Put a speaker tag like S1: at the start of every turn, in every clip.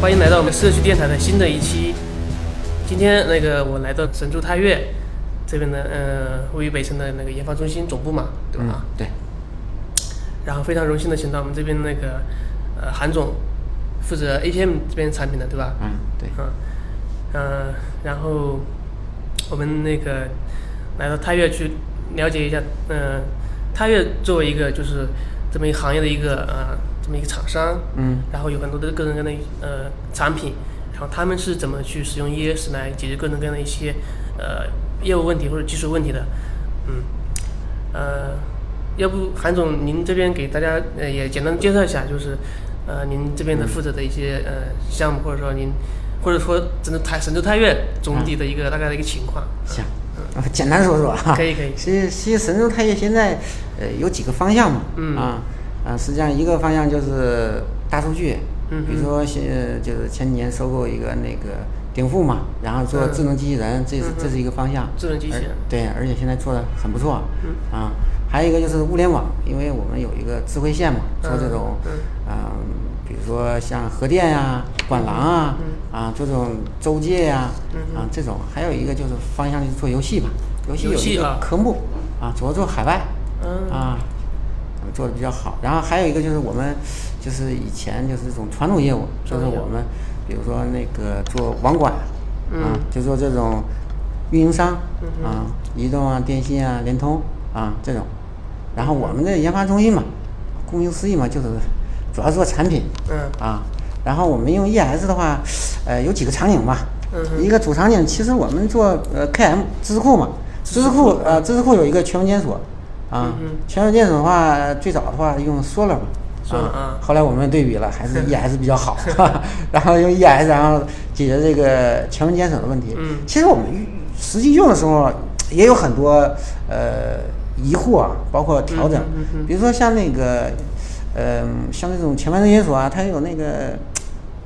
S1: 欢迎来到我们社区电台的新的一期。今天那个我来到神州太岳这边呢，呃，位于北城的那个研发中心总部嘛，对吧？
S2: 嗯，对，
S1: 然后非常荣幸的请到我们这边那个呃韩总，负责 APM 这边产品的，对吧？
S2: 嗯对，
S1: 嗯，呃，然后我们那个来到太岳去了解一下，嗯、呃，太岳作为一个就是这么一个行业的一个呃这么一个厂商，
S2: 嗯
S1: 然后有很多的各种各样的呃产品，然后他们是怎么去使用 ES 来解决各种各样的一些呃业务问题或者技术问题的，嗯，呃，要不韩总您这边给大家呃也简单介绍一下，就是呃您这边的负责的一些、呃项目，或者说您或者说整个台神州太岳总体的一个、大概的一个情况，
S2: 行，我简单说说 哈。
S1: 可以可以
S2: 其实，其实神州太岳现在呃有几个方向嘛，
S1: 嗯
S2: 啊啊，实际上一个方向就是大数据，
S1: 嗯
S2: 比如说现呃就是前几年收购一个那个鼎富嘛，然后做
S1: 嗯
S2: 智能机器人，这是这是一个方向。
S1: 智能机器
S2: 而
S1: 人
S2: 对，而且现在做的很不错。
S1: 嗯
S2: 啊，还有一个就是物联网，因为我们有一个智慧线嘛，做这种
S1: 嗯
S2: 啊，比如说像核电呀、管廊啊，
S1: 嗯
S2: 啊这种州界呀、啊，这种，还有一个就是方向就是做游戏吧，游戏
S1: 游
S2: 有
S1: 戏
S2: 一
S1: 啊
S2: 个科目啊，主要做海外，
S1: 嗯
S2: 啊，做的比较好。然后还有一个就是我们就是以前就是这种传统业务，就
S1: 传
S2: 是
S1: 统业务
S2: 我们比如说那个做网管，啊
S1: 嗯，
S2: 就做这种运营商
S1: 嗯哼
S2: 啊，移动啊、电信啊、联通啊这种。然后我们的研发中心嘛，顾名思义嘛，就是主要做产品，
S1: 嗯
S2: 啊，然后我们用 ES 的话，呃，有几个场景吧。
S1: 嗯哼
S2: 一个主场景，其实我们做呃 KM 知识库嘛，知识库呃知识库有一个全文检索，啊，
S1: 嗯哼
S2: 全文检索的话，最早的话用 Solar 嘛。
S1: Solar，啊
S2: 后来我们对比了，还是 ES 比较好， 然后用 ES 然后解决这个全文检索的问题。
S1: 嗯
S2: 其实我们实际用的时候也有很多呃疑惑，啊，包括调整，
S1: 嗯哼嗯哼
S2: 比如说像那个，呃，像那种前半生解锁啊，它有那个，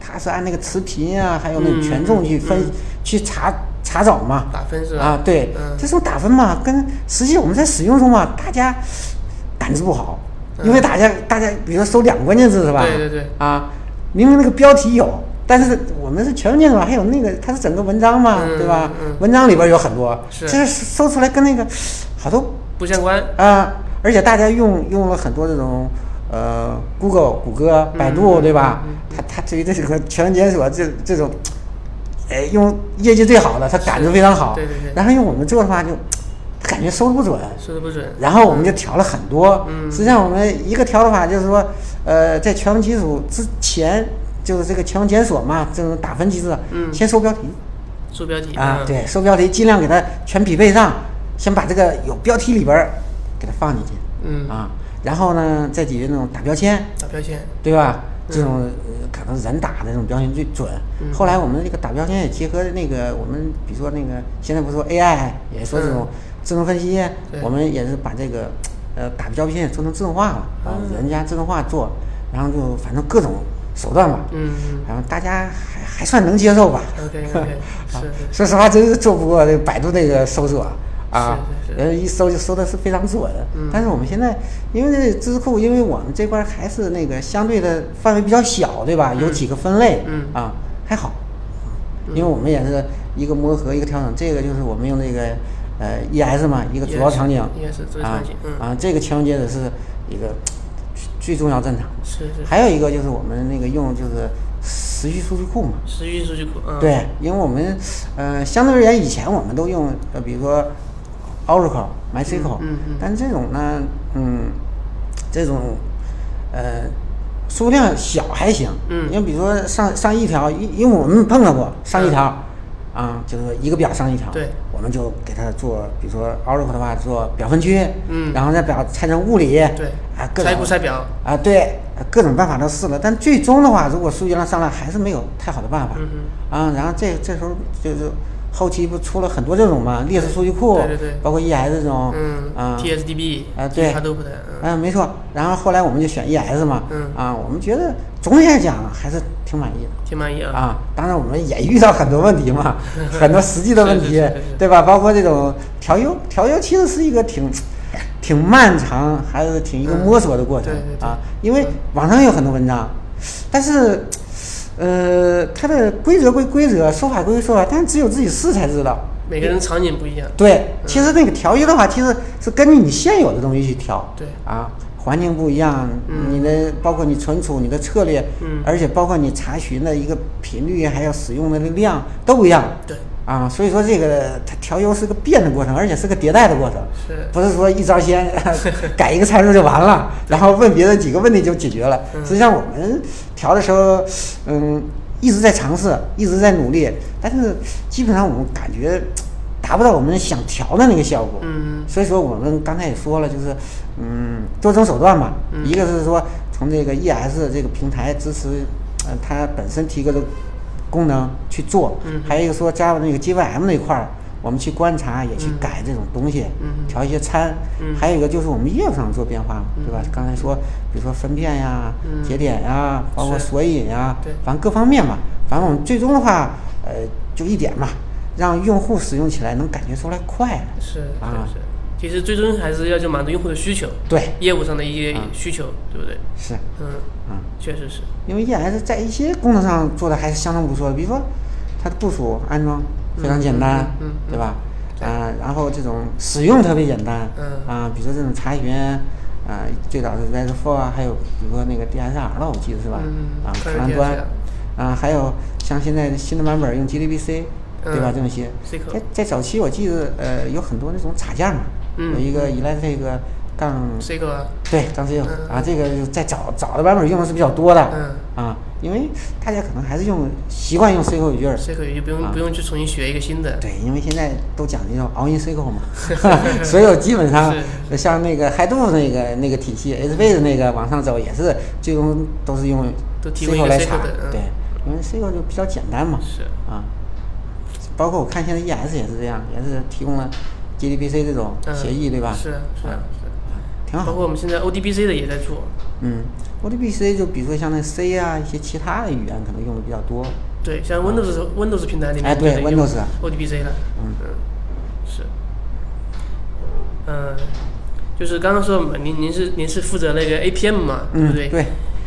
S2: 它是按那个词频啊，还有那
S1: 嗯
S2: 个权重去分、
S1: 嗯
S2: 去查查找嘛，
S1: 打分是吧
S2: 啊，对，
S1: 嗯
S2: 这种打分嘛，跟实际我们在使用中嘛，大家感知不好，因为大家大家比如说搜两个关键字是吧？
S1: 嗯对对对
S2: 啊，明明那个标题有。但是我们是全文检索，还有那个它是整个文章嘛，
S1: 嗯
S2: 对吧？
S1: 嗯
S2: 文章里边有很多，
S1: 是
S2: 这是搜出来跟那个好多
S1: 不相关，
S2: 啊，而且大家用用了很多这种呃，Google、谷歌、百度，
S1: 嗯
S2: 对吧？
S1: 嗯
S2: 他他对于这个全文检索这这种，哎，用业绩最好的，他感知非常好。
S1: 对对对
S2: 然后用我们做的话就，他感觉收的不准。
S1: 说的不准。
S2: 然后我们就调了很多，
S1: 嗯
S2: 实际上我们一个调的法就是说，呃，在全文基础之前，就是这个全文检索嘛，这种打分机制，啊
S1: 嗯
S2: 先搜标题，
S1: 做标题
S2: 啊，
S1: 嗯
S2: 对，搜标题尽量给它全匹配上，先把这个有标题里边儿给它放进去，
S1: 嗯
S2: 啊，然后呢再解决那种打标签，
S1: 打标签，
S2: 对吧？这种、呃可能人打的那种标签最准。
S1: 嗯
S2: 后来我们这个打标签也结合那个我们，比如说那个现在不是说 AI 也说这种智能分析，
S1: 嗯对
S2: 我们也是把这个呃打标签也做成自动化了啊，
S1: 嗯
S2: 人家自动化做，然后就反正各种手段吧，
S1: 嗯嗯。
S2: 然后大家还还算能接受吧。
S1: OK，OK，是
S2: 啊
S1: 是
S2: 说实话，真是做不过那个百度那个搜索啊
S1: 是，是是
S2: 人一搜就搜的是非常准。
S1: 嗯
S2: 但是我们现在因为这知识库，因为我们这块儿还是那个相对的范围比较小，对吧？有几个分类，
S1: 嗯
S2: 啊，还好，因为我们也是一个磨合，一个调整。这个就是我们用那个呃 ES 嘛，一个主要
S1: ES
S2: 场景，
S1: 应该是主要
S2: 啊
S1: 场景嗯
S2: 啊，这个情节的是一个最最重要战场。
S1: 是是。
S2: 还有一个就是我们那个用就是时序数据库嘛，
S1: 十余数据库，嗯，
S2: 对，因为我们呃，相对而言，以前我们都用呃，比如说 Oracle、MySQL，、
S1: 嗯嗯
S2: 但这种呢，嗯，这种呃，数量小还行，
S1: 嗯
S2: 因为比如说上上一条，因因为我们碰到过上一条，啊，就是说一个表上一条，
S1: 对
S2: 我们就给它做，比如说 Oracle 的话做表分区，
S1: 嗯
S2: 然后再表拆成物理，
S1: 对
S2: 啊，各种
S1: 拆不拆表
S2: 啊，对，各种办法都试了，但最终的话，如果数据量上来还是没有太好的办法，
S1: 嗯
S2: 啊，然后这这时候就是后期不出了很多这种嘛，列式数据库，
S1: 对对对
S2: 包括 ES 这种，
S1: 嗯
S2: 啊，
S1: ，TSDB
S2: 啊对
S1: 他都不的，嗯，
S2: 啊，没错，然后后来我们就选 ES 嘛，
S1: 嗯
S2: 啊，我们觉得总体来讲还是挺满意的。
S1: 挺满意啊，
S2: 啊，当然我们也遇到很多问 题嘛，很多实际的问
S1: 是
S2: 题
S1: 是是是，
S2: 对吧？包括这种调优，调优其实是一个挺、挺漫长，还是挺一个摸索的过程、
S1: 对对对
S2: 啊。因为网上有很多文章，但是呃，它的规则归规则，说法归说法，但只有自己试才知道。
S1: 每个人场景不一样。
S2: 对，其实那个调节的话，其实是根据你现有的东西去调。
S1: 对
S2: 啊，环境不一样，你的包括你存储、你的策略，
S1: 嗯
S2: 而且包括你查询的一个频率，还有使用的量都不一样。
S1: 对，
S2: 啊，所以说这个它调优是个变的过程，而且是个迭代的过程，
S1: 是
S2: 不是说一招鲜 改一个参数就完了，然后问别人几个问题就解决了？实际上我们调的时候，嗯，一直在尝试，一直在努力，但是基本上我们感觉达不到我们想调的那个效果。
S1: 嗯
S2: 所以说我们刚才也说了，就是嗯，多种手段嘛，
S1: 嗯
S2: 一个是说从这个 ES 这个平台支持，呃，它本身提供的功能去做，
S1: 嗯
S2: 还有一个说 Java 那个 JVM 那一块儿，我们去观察也去改这种东西，
S1: 嗯
S2: 调一些参，
S1: 嗯
S2: 还有一个就是我们业务上做变化嘛，对吧？
S1: 嗯
S2: 刚才说，比如说分辨呀、
S1: 嗯
S2: 节点呀，包括
S1: 是
S2: 索引呀
S1: 对，
S2: 反正各方面嘛，反正我们最终的话，呃，就一点嘛，让用户使用起来能感觉出来快了。
S1: 是
S2: 啊
S1: 是是。其实最终还是要去满足用户的需求，
S2: 对，
S1: 业务上的一些
S2: 啊
S1: 需求，对不对？
S2: 是，
S1: 嗯，
S2: 嗯。
S1: 确实是。
S2: 因为 ES 在一些功能上做的还是相当不错的，比如说它的部署安装非常简单，
S1: 嗯嗯嗯嗯
S2: 对吧？啊、然后这种使用特别简单，
S1: 嗯
S2: 啊、比如说这种查询，啊、最早是 RESTful 啊，还有比如说那个 DSL，我记得是吧？
S1: 嗯
S2: 啊，
S1: 还
S2: 可
S1: 有
S2: 兰端
S1: DSL，
S2: 啊、还有像现在的新的版本用 GDBC，、对吧？
S1: 嗯
S2: 这种些，
S1: SQL
S2: 在在早期我记得呃有很多那种插件嘛，
S1: 嗯
S2: 有一个 E Elastic 杠
S1: C 个啊，
S2: 对，当时用
S1: 嗯
S2: 啊，这个就在早早的版本用的是比较多的，
S1: 嗯
S2: 啊，因为大家可能还是用习惯用 C 口语句儿，
S1: ，C 个也就不用
S2: 啊
S1: 不用去重新学一个新的。
S2: 对，因为现在都讲究熬音 C 口嘛， 所有基本上呃像那个 Hadoop 那个那个体系 h b 的那个往上走也是最终都是用
S1: 都提
S2: C
S1: 供一
S2: 口
S1: 个
S2: 来
S1: C 口
S2: 查
S1: 的嗯，
S2: 对，因为 C 口就比较简单嘛，
S1: 是，
S2: 啊，包括我看现在 ES 也是这样，也是提供了 GDPC 这种
S1: 嗯
S2: 协议，对吧？
S1: 是啊是啊是啊。
S2: 挺好
S1: 包。括我们现在 ODBC 的也在做，
S2: 嗯，ODBC 就比如说像那 C 啊，一些其他的语言可能用的比较多。
S1: 对，像 Windows、Windows 平台里面，
S2: 啊哎对 Windows 啊
S1: ODBC 的，
S2: 嗯
S1: 是，嗯、就是刚刚说嘛，您您是您是负责那个 APM 嘛，对
S2: 嗯，
S1: 不对？
S2: 对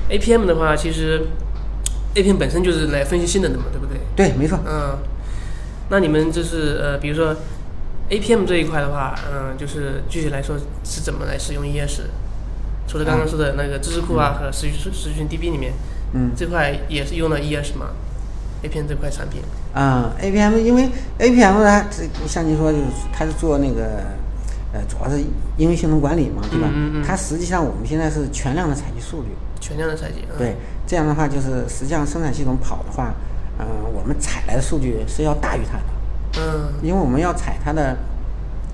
S1: APM 的话，其实 APM 本身就是来分析性能的嘛，对不对？
S2: 对，没错。
S1: 嗯，那你们就是呃，比如说 APM 这一块的话，嗯、就是具体来说是怎么来使用 ES？除了刚刚说的那个知识库啊和时时时讯 DB 里面，
S2: 嗯
S1: 这块也是用了 ES 嘛？APM 这块产品，
S2: 啊、a p m 因为 APM 它这像您说，就是它是做那个呃，主要是因为性能管理嘛，对吧？
S1: 嗯嗯嗯
S2: 它实际上我们现在是全量的采集数据，
S1: 全量的采集。嗯、
S2: 对，这样的话就是实际上生产系统跑的话，嗯、我们采来的数据是要大于它的，
S1: 嗯，
S2: 因为我们要采它的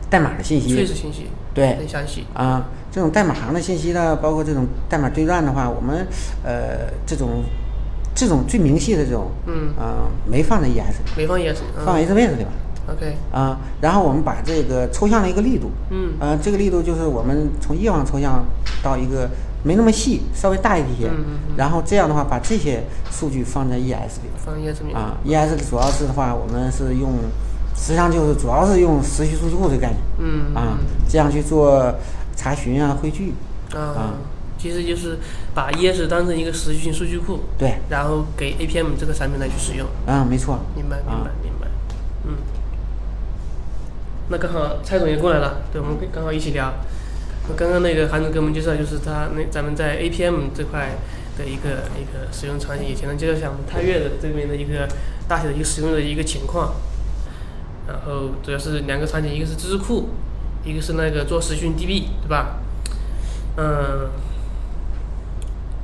S2: 代码的信息，
S1: 确实信息
S2: 对
S1: 很详细。
S2: 啊，这种代码行的信息呢，包括这种代码对乱的话，我们呃这种这种最明细的这种，
S1: 嗯
S2: 呃，没放在 ES，
S1: 美方也是，嗯、
S2: 放 HBase 里边儿
S1: OK，
S2: 啊、然后我们把这个抽象的一个力度，
S1: 嗯
S2: 呃，这个力度就是我们从夜网抽象到一个没那么细，稍微大一些，
S1: 嗯嗯嗯
S2: 然后这样的话把这些数据放在 ES 里边儿
S1: 放 ES 里面。
S2: 啊，ES 主要是的话，我们是用，实际上就是主要是用时序数据库这个概念，
S1: 嗯
S2: 啊，这样去做查询啊、汇聚，
S1: 嗯
S2: 啊
S1: 其实就是把 ES 当成一个时序性数据库，
S2: 对，
S1: 然后给 APM 这个产品来去使用。
S2: 啊，没错，
S1: 明白，明
S2: 啊
S1: 白，明白。嗯，那刚好蔡总也过来了，对，我们可以刚好一起聊。那刚刚那个韩总给我们介绍，就是他那咱们在 APM 这块的一个一个使用场景，也简单介绍一下我们泰岳的这边的一个大体的一个使用的一个情况。然后主要是两个场景，一个是知识库，一个是那个做实训 DB，对吧？嗯，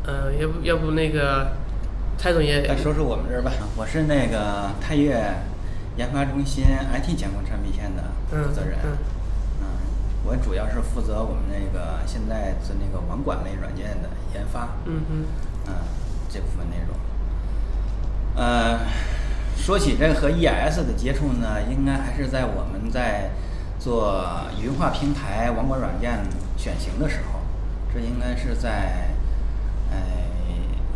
S1: 呃，要不要不那个蔡总也
S3: 来说说我们这儿吧，我是那个泰岳研发中心 IT 监控产品线的负责人。
S1: 嗯
S3: 嗯我主要是负责我们那个现在是那个网管类软件的研发。
S1: 嗯嗯。
S3: 嗯，这部分内容。呃，说起这个和 EIS 的接触呢，应该还是在我们在做云化平台网管软件选型的时候，这应该是在呃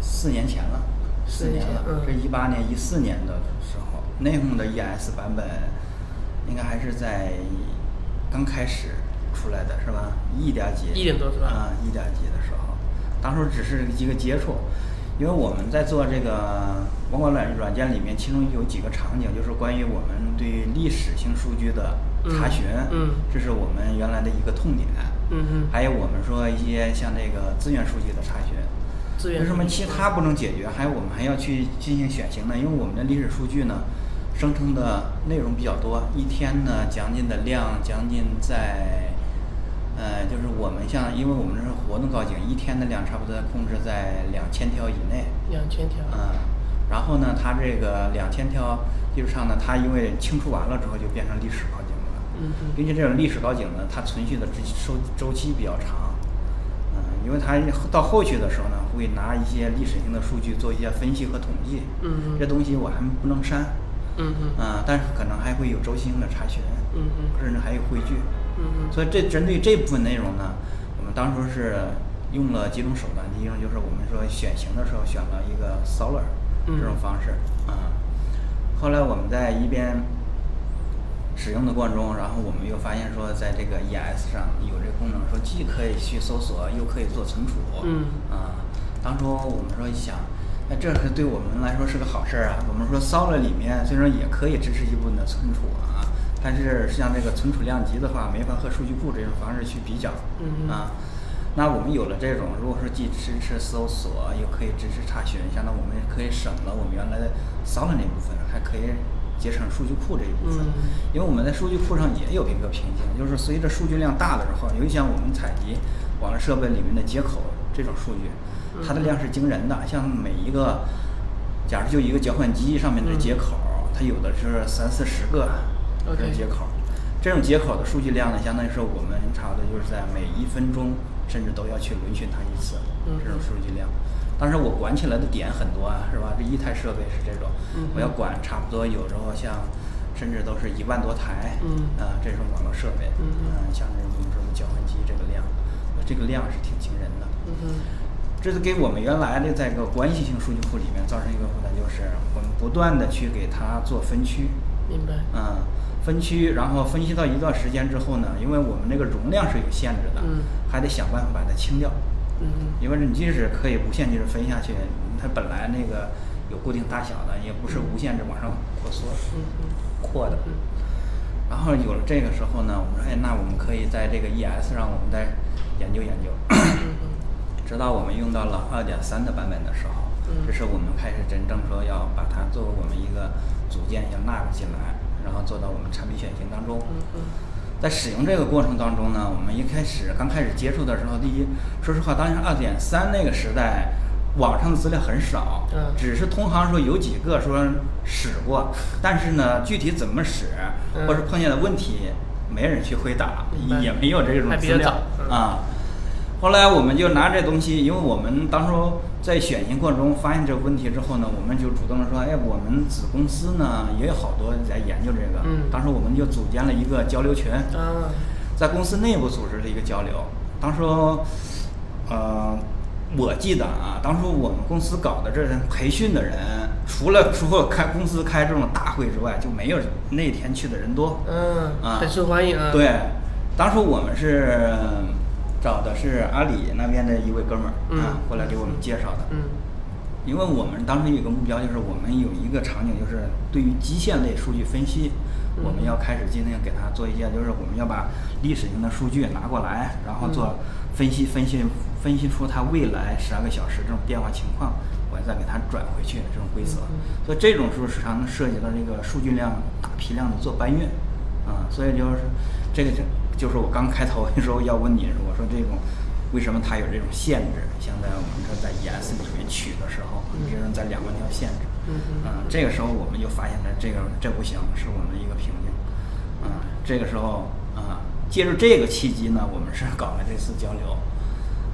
S3: 四年前了，
S1: 四
S3: 四
S1: 年
S3: 年
S1: 前
S3: 了，
S1: 嗯
S3: 这一八年、一四年的时候，那会儿的 EIS 版本应该还是在刚开始出来的是吧？一点几，
S1: 一点多是吧
S3: 啊、一点几的时候，当时只是一个接触，因为我们在做这个网管软软件里面，其中有几个场景就是关于我们对于历史性数据的查询，
S1: 嗯嗯
S3: 这是我们原来的一个痛点。
S1: 嗯嗯，
S3: 还有我们说一些像这个资源数据的查询，
S1: 资源
S3: 为什么
S1: 数据
S3: 其他不能解决？还有我们还要去进行选型呢？因为我们的历史数据呢，生成的内容比较多，一天呢将近的量将近在，呃，就是我们像，因为我们是活动高警，一天的量差不多控制在两千条以内，
S1: 两千条，
S3: 嗯，然后呢，它这个两千条基础上呢，它因为清除完了之后就变成历史高警了，
S1: 嗯嗯
S3: 并且这种历史高警呢，它存续的周周周期比较长，嗯，因为它到后续的时候呢，会拿一些历史性的数据做一些分析和统计，
S1: 嗯嗯
S3: 这东西我还不能删，
S1: 嗯嗯
S3: 啊、但是可能还会有周期性的查询，
S1: 嗯嗯
S3: 甚至还有汇聚，
S1: 嗯
S3: 所以这针对这部分内容呢，我们当初是用了几种手段，第一种就是我们说选型的时候选了一个 Solar
S1: 嗯
S3: 这种方式啊、后来我们在一边使用的过程中，然后我们又发现说，在这个 ES 上有这个功能，说既可以去搜索，又可以做存储。
S1: 嗯
S3: 啊、当初我们说一想，那这是对我们来说是个好事儿啊。我们说 Solar 里面虽然也可以支持一部分的存储啊，但是像这个存储量级的话，没法和数据库这种方式去比较。
S1: 嗯
S3: 啊。那我们有了这种，如果说既支持搜索，又可以支持查询，相当于我们可以省了我们原来的 Solar 那部分，还可以节省数据库这一部分。
S1: 嗯
S3: 因为我们在数据库上也有一个瓶颈，就是随着数据量大的时候，尤其像我们采集网络设备里面的接口这种数据，
S1: 嗯
S3: 它的量是惊人的。像每一个，假如就一个交换机上
S1: 嗯
S3: 面的接口，它有的是三四十个这
S1: OK
S3: 种接口，这种接口的数据量呢，相当于是我们差不多就是在每一分钟甚至都要去轮询它一次，
S1: 嗯
S3: 这种数据量。当时我管起来的点很多啊，是吧？这一台设备是这种，
S1: 嗯
S3: 我要管差不多有时候像，甚至都是一万多台，
S1: 嗯
S3: 啊、这种网络设备，呃
S1: 嗯嗯
S3: 像这种什么交换机这个量，这个量是挺惊人的。
S1: 嗯嗯
S3: 这是给我们原来的在一个关系性数据库里面造成一个负担，就是我们不断的去给它做分区，
S1: 明白，
S3: 嗯，分区，然后分析到一段时间之后呢，因为我们这个容量是有限制的，
S1: 嗯
S3: 还得想办法把它清掉。
S1: 嗯
S3: 因为你即使可以无限制分下去，它本来那个有固定大小的，也不是无限制往上扩缩
S1: 嗯嗯
S3: 扩的。
S1: 嗯
S3: 然后有了这个时候呢，我们说，哎，那我们可以在这个 ES 上，我们再研究研究。
S1: 嗯
S3: 直到我们用到了二点三的版本的时候，
S1: 嗯
S3: 这是我们开始真正说要把它作为我们一个组件要纳入进来，然后做到我们产品选型当中。
S1: 嗯嗯
S3: 在使用这个过程当中呢，我们一开始刚开始接触的时候，第一，说实话，当时二点三那个时代，网上的资料很少，
S1: 嗯
S3: 只是同行说有几个说使过，但是呢，具体怎么使，
S1: 嗯
S3: 或是碰见的问题，没人去回答
S1: 明白，
S3: 也没有这种
S1: 还比较
S3: 资料
S1: 早嗯
S3: 啊。后来我们就拿这东西，因为我们当初在选型过程中发现这个问题之后呢，我们就主动地说，哎，我们子公司呢也有好多在研究这个，
S1: 嗯
S3: 当时我们就组建了一个交流群，
S1: 嗯啊，
S3: 在公司内部组织的一个交流。当初，呃，我记得啊，当初我们公司搞的这培训的人，除了除了开公司开这种大会之外，就没有那天去的人多。
S1: 嗯
S3: 啊，
S1: 很受欢迎啊，
S3: 对，当初我们是找的是阿里那边的一位哥们儿、
S1: 嗯
S3: 啊，过来给我们介绍的。
S1: 嗯
S3: 因为我们当时有个目标，就是我们有一个场景，就是对于基线类数据分析，
S1: 嗯
S3: 我们要开始进行给它做一些，就是我们要把历史性的数据拿过来，然后做
S1: 嗯
S3: 分析，分析分析出它未来十二个小时这种变化情况，我再给它转回去这种规则
S1: 嗯。
S3: 所以这种时候时常能涉及到这个数据量大批量的做搬运，啊，所以就是这个就就是我刚开头的时候要问你，我说这种为什么它有这种限制？像在我们说在 ES 里面取的时候，
S1: 嗯
S3: 比如说在两万条限制，
S1: 嗯嗯
S3: 啊这个时候我们就发现了这个这不行，是我们的一个瓶颈，啊，这个时候啊，借助这个契机呢，我们是搞了这次交流。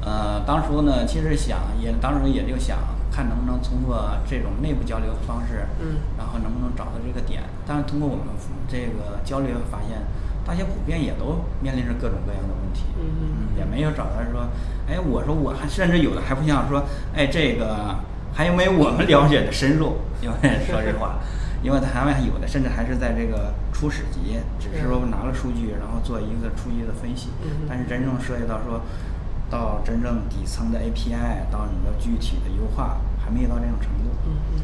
S3: 呃，当初呢，其实想也当时也就想看能不能通过这种内部交流方式，
S1: 嗯
S3: 然后能不能找到这个点。但是通过我们这个交流发现，大家普遍也都面临着各种各样的问题，
S1: 嗯
S3: 也没有找到说，哎，我说我还甚至有的还不像说，哎，这个还有没有我们了解的深入？因为说实话， 因为台湾有的甚至还是在这个初始级，只是说
S1: 嗯
S3: 拿了数据，然后做一个初级的分析，
S1: 嗯
S3: 但是真正涉及到说。到真正底层的 API，到你的具体的优化，还还没有到这种程度。
S1: 嗯嗯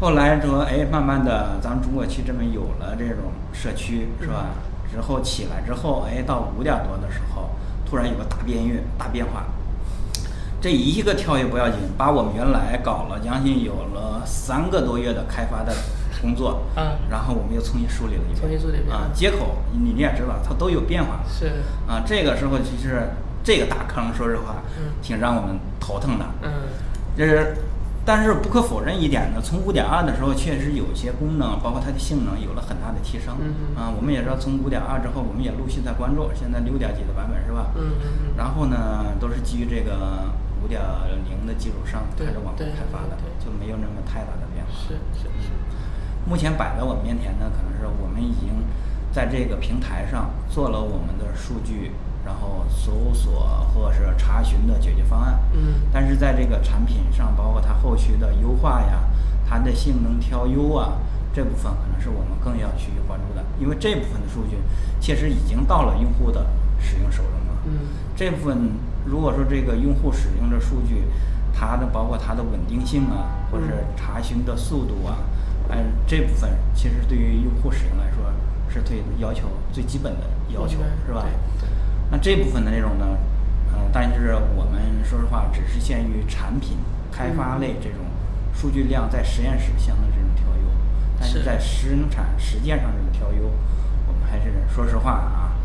S3: 后来说，哎，慢慢的，咱们中国区这么有了这种社区，是吧？
S1: 嗯
S3: 之后起来之后，哎，到五点多的时候，突然有个大变运、大变化。这一个跳跃不要紧，把我们原来搞了将近有了三个多月的开发的工作，
S1: 啊
S3: 然后我们又重新梳理了一遍，
S1: 重新梳理一遍
S3: 啊，接口你你也知道，它都有变化，
S1: 是
S3: 啊，这个时候其实这个大坑，说实话，
S1: 嗯
S3: 挺让我们头疼的，
S1: 嗯
S3: 就是，但是不可否认一点呢，从五点二的时候，确实有些功能，包括它的性能有了很大的提升。
S1: 嗯嗯
S3: 啊，我们也知道，从五点二之后，我们也陆续在关注，现在六点几的版本是吧？
S1: 嗯嗯嗯
S3: 然后呢，都是基于这个五点零的基础上
S1: 对
S3: 开始往后
S1: 对
S3: 开发的
S1: 对，对
S3: 就没有那么太大的变化。
S1: 是是是
S3: 目前摆在我们面前呢，可能是我们已经在这个平台上做了我们的数据，然后搜索或者是查询的解决方案。
S1: 嗯
S3: 但是在这个产品上，包括它后续的优化呀，它的性能调优啊，这部分可能是我们更要去关注的，因为这部分的数据确实已经到了用户的使用手中了。
S1: 嗯
S3: 这部分如果说这个用户使用的数据，它的包括它的稳定性啊，或者是
S1: 嗯
S3: 查询的速度啊，嗯，这部分其实对于用户使用来说是最要求最基本的要求
S1: 明白，
S3: 是吧
S1: 对对？
S3: 那这部分的内容呢，呃，但是我们说实话，只是限于产品开
S1: 嗯
S3: 发类这种数据量在实验室项的这种调优，但
S1: 是
S3: 是在生产实践上这种调优，我们还是说实话啊，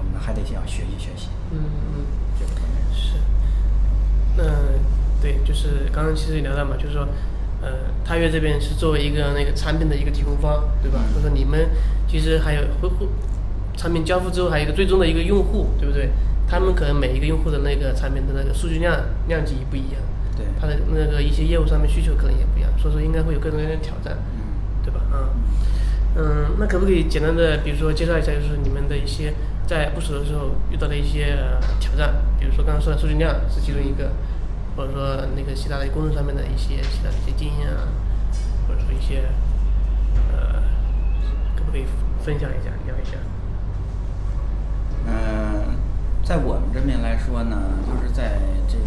S3: 我们还得要学习学习。
S1: 嗯嗯。
S3: 这个方面
S1: 是，那对，就是刚刚其实也聊到嘛，就是说，呃，太岳这边是作为一个那个产品的一个提供方，对吧？
S3: 嗯
S1: 所以说你们其实还有会会产品交付之后，还有一个最终的一个用户，对不对？他们可能每一个用户的那个产品的那个数据量量级不一样，
S3: 对
S1: 他的那个一些业务上面需求可能也不一样，所以说应该会有各种各样的挑战，
S3: 嗯
S1: 对吧？啊，嗯，那可不可以简单的，比如说介绍一下，就是你们的一些在部署的时候遇到的一些、呃挑战，比如说刚刚说的数据量是其中一个，或者说那个其他的工作上面的一些其他的一些经验啊，或者说一些呃，可不可以分享一下，聊一下？
S3: 嗯，在我们这边来说呢，就是在这个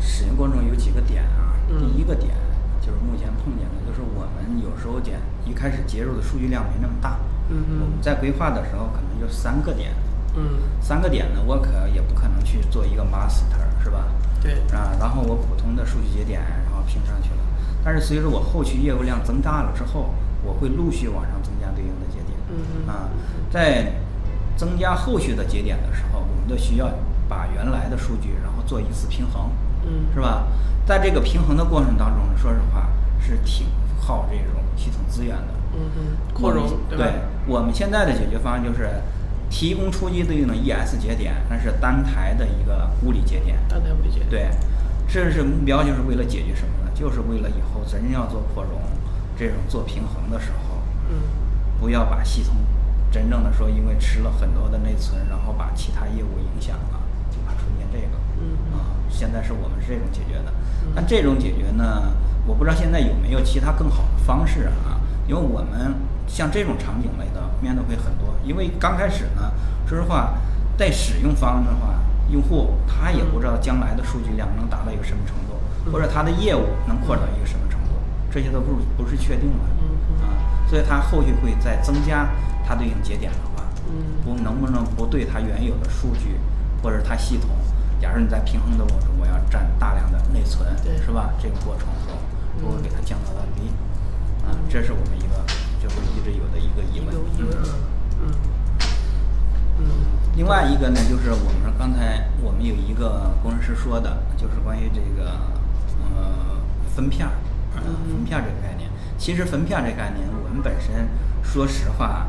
S3: 使用过程中有几个点啊。
S1: 嗯
S3: 第一个点就是目前碰见的，就是我们有时候点一开始接入的数据量没那么大。
S1: 嗯嗯
S3: 我们在规划的时候可能就三个点，
S1: 嗯，
S3: 三个点呢，我可也不可能去做一个 master 是吧？
S1: 对，
S3: 啊，然后我普通的数据节点然后拼上去了，但是随着我后续业务量增大了之后，我会陆续往上增加对应的节点。
S1: 嗯嗯
S3: 啊，在增加后续的节点的时候，我们就需要把原来的数据然后做一次平衡，
S1: 嗯
S3: 是吧？在这个平衡的过程当中呢，说实话是挺耗这种系统资源的。
S1: 嗯嗯，扩容
S3: 我们
S1: 对吧
S3: 对？我们现在的解决方案就是提供初级对应的 ES 节点，那是单台的一个物理节点。
S1: 大概理解。，
S3: 对，这是目标，就是为了解决什么呢？就是为了以后真要做扩容，这种做平衡的时候，
S1: 嗯
S3: 不要把系统真正的说，因为吃了很多的内存，然后把其他业务影响了，就怕出现这个。
S1: 嗯
S3: 啊，现在是我们是这种解决的
S1: 嗯。
S3: 但这种解决呢，我不知道现在有没有其他更好的方式啊？因为我们像这种场景类的面对会很多，因为刚开始呢，说实话，在使用方的话，用户他也不知道将来的数据量能达到一个什么程度，
S1: 嗯
S3: 或者他的业务能扩展到一个什么程度，这些都不是不是确定的
S1: 嗯嗯
S3: 啊。所以它后续会再增加它对应节点的话，
S1: 嗯
S3: 不能不能不对它原有的数据或者它系统，假如你在平衡的过程中，我要占大量的内存
S1: 对，
S3: 是吧？这个过程中，我会给它降到到低，啊，这是我们一个就是一直有的一个疑
S1: 一
S3: 问
S1: 个。一个
S3: 嗯
S1: 嗯嗯
S3: 另外一个呢，就是我们刚才我们有一个工程师说的，就是关于这个呃分片儿，呃
S1: 嗯
S3: 分片儿这个概念。其实分片儿这个概念，我们本身说实话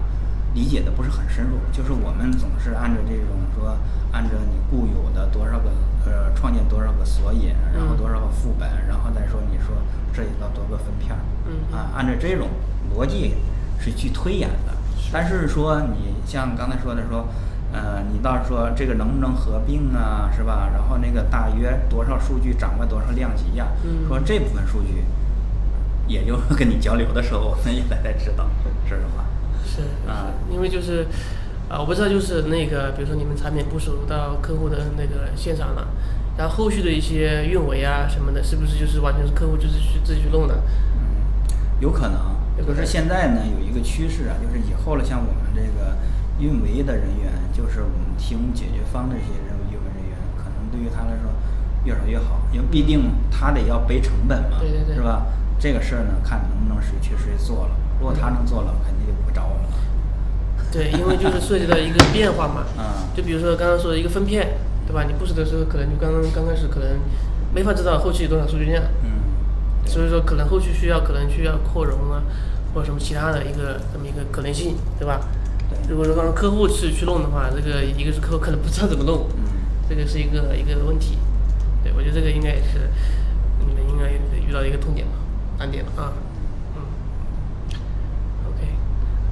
S3: 理解的不是很深入，就是我们总是按照这种说，按照你固有的多少个呃创建多少个索引，然后
S1: 嗯
S3: 多少个副本，然后再说你说涉及到多个分片儿，
S1: 嗯
S3: 啊，按照这种逻辑是去推演的。但是说你像刚才说的说，呃，你到时候说这个能不能合并啊，是吧？然后那个大约多少数据掌握多少量级呀、
S1: 嗯
S3: 说这部分数据，也就是 跟你交流的时候，我们也大概知道，说实话。
S1: 是
S3: 啊
S1: 是因为就是呃啊、我不知道就是那个，比如说你们产品部署到客户的那个现场了，然后后续的一些运维啊什么的，是不是就是完全是客户就是去自己去弄的？
S3: 有可能
S1: 有。可
S3: 可
S1: 能
S3: 是现在呢，有一个趋势啊，就是以后了，像我们这个运维的人员，就是我们提供解决方案的这些人运维人员，可能对于他来说越少越好，因为毕竟他得要背成本嘛，
S1: 对对对
S3: 是吧？这个事儿呢，看能不能谁去谁做了。如果他能做了，肯定就不会找我们了。
S1: 对，因为就是涉及到 一个变化嘛。
S3: 嗯
S1: 就比如说刚刚说的一个分片，对吧？你布置的时候可能就刚刚刚开始可能没法知道后期有多少数据量，
S3: 嗯，
S1: 所以说可能后续需要可能需要扩容啊，或者什么其他的一个这么一个可能性，对吧？
S3: 对
S1: 如果说让客户去去弄的话，这个一个是客户可能不知道怎么弄，
S3: 嗯。
S1: 这个是一个一个问题。对，我觉得这个应该也是你们应该遇到一个痛点吧，难点了啊。嗯，OK，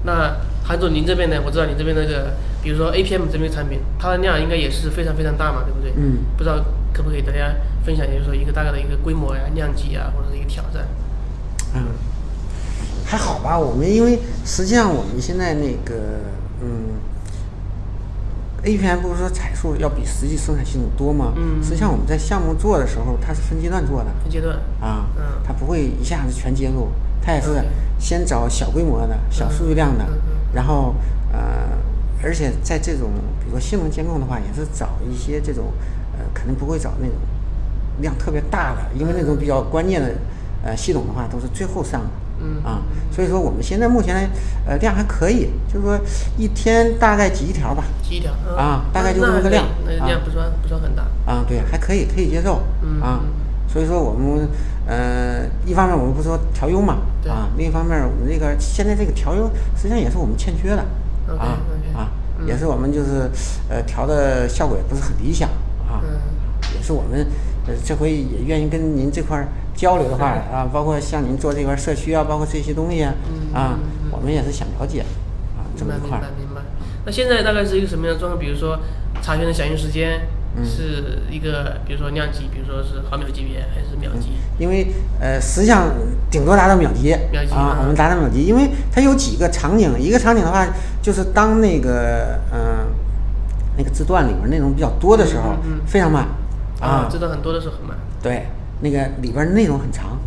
S1: 那韩总您这边呢？我知道您这边那个，比如说 APM 这边产品，它的量应该也是非常非常大嘛，对不对？
S2: 嗯。
S1: 不知道可不可以给大家分享，就是说一个大概的一个规模呀、量级啊，或者是一个挑战。
S2: 嗯，还好吧。我们因为实际上我们现在那个嗯，APM 不是说采数要比实际生产系统多吗？
S1: 嗯
S2: 实际上我们在项目做的时候，它是分阶段做的
S1: 分阶段。
S2: 啊，
S1: 嗯
S2: 它不会一下子全接入，它也是
S1: OK
S2: 先找小规模的、小数据量的，
S1: 嗯嗯
S2: 然后呃，而且在这种比如说性能监控的话，也是找一些这种呃，肯定不会找那种量特别大的，因为那种比较关键的呃系统的话，都是最后上的。
S1: 嗯
S2: 啊，所以说我们现在目前呃量还可以，就是说一天大概几亿条吧，
S1: 几条嗯
S2: 啊大概就
S1: 那
S2: 这么个
S1: 那还可以
S2: 量
S1: 那量
S2: 啊
S1: 不算不算很大。
S2: 啊，对，还可以，可以接受，
S1: 嗯
S2: 啊
S1: 嗯，
S2: 所以说我们呃，一方面我们不说调优嘛，
S1: 对
S2: 啊，另一方面我们这个现在这个调优实际上也是我们欠缺的，
S1: OK，
S2: 啊
S1: OK，
S2: 啊，
S1: 嗯
S2: 也是我们就是呃调的效果也不是很理想啊，
S1: 嗯。
S2: 也是我们呃这回也愿意跟您这块儿交流的话啊，包括像您做这块儿社区啊，包括这些东西啊，
S1: 嗯
S2: 啊
S1: 嗯嗯，
S2: 我们也是想了解啊这
S1: 明
S2: 么
S1: 白
S2: 一
S1: 明
S2: 块
S1: 白
S2: 儿，
S1: 明白。那现在大概是一个什么样的状况？比如说查询的响应时间
S2: 嗯
S1: 是一个，比如说量级，比如说是毫秒级别还是
S2: 嗯
S1: 秒级？
S2: 因为呃，实际上顶多达到秒级
S1: 秒级啊，
S2: 啊我们达到秒级，因为它有几个场景，一个场景的话就是当那个嗯、呃那个字段里面内容比较多的时候，
S1: 嗯嗯嗯
S2: 非常慢
S1: 啊，知道很多的时候很慢。
S2: 对，那个里边儿内容很长，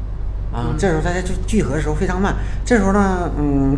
S1: 嗯
S2: 啊，这时候大家就聚合的时候非常慢。这时候呢，嗯，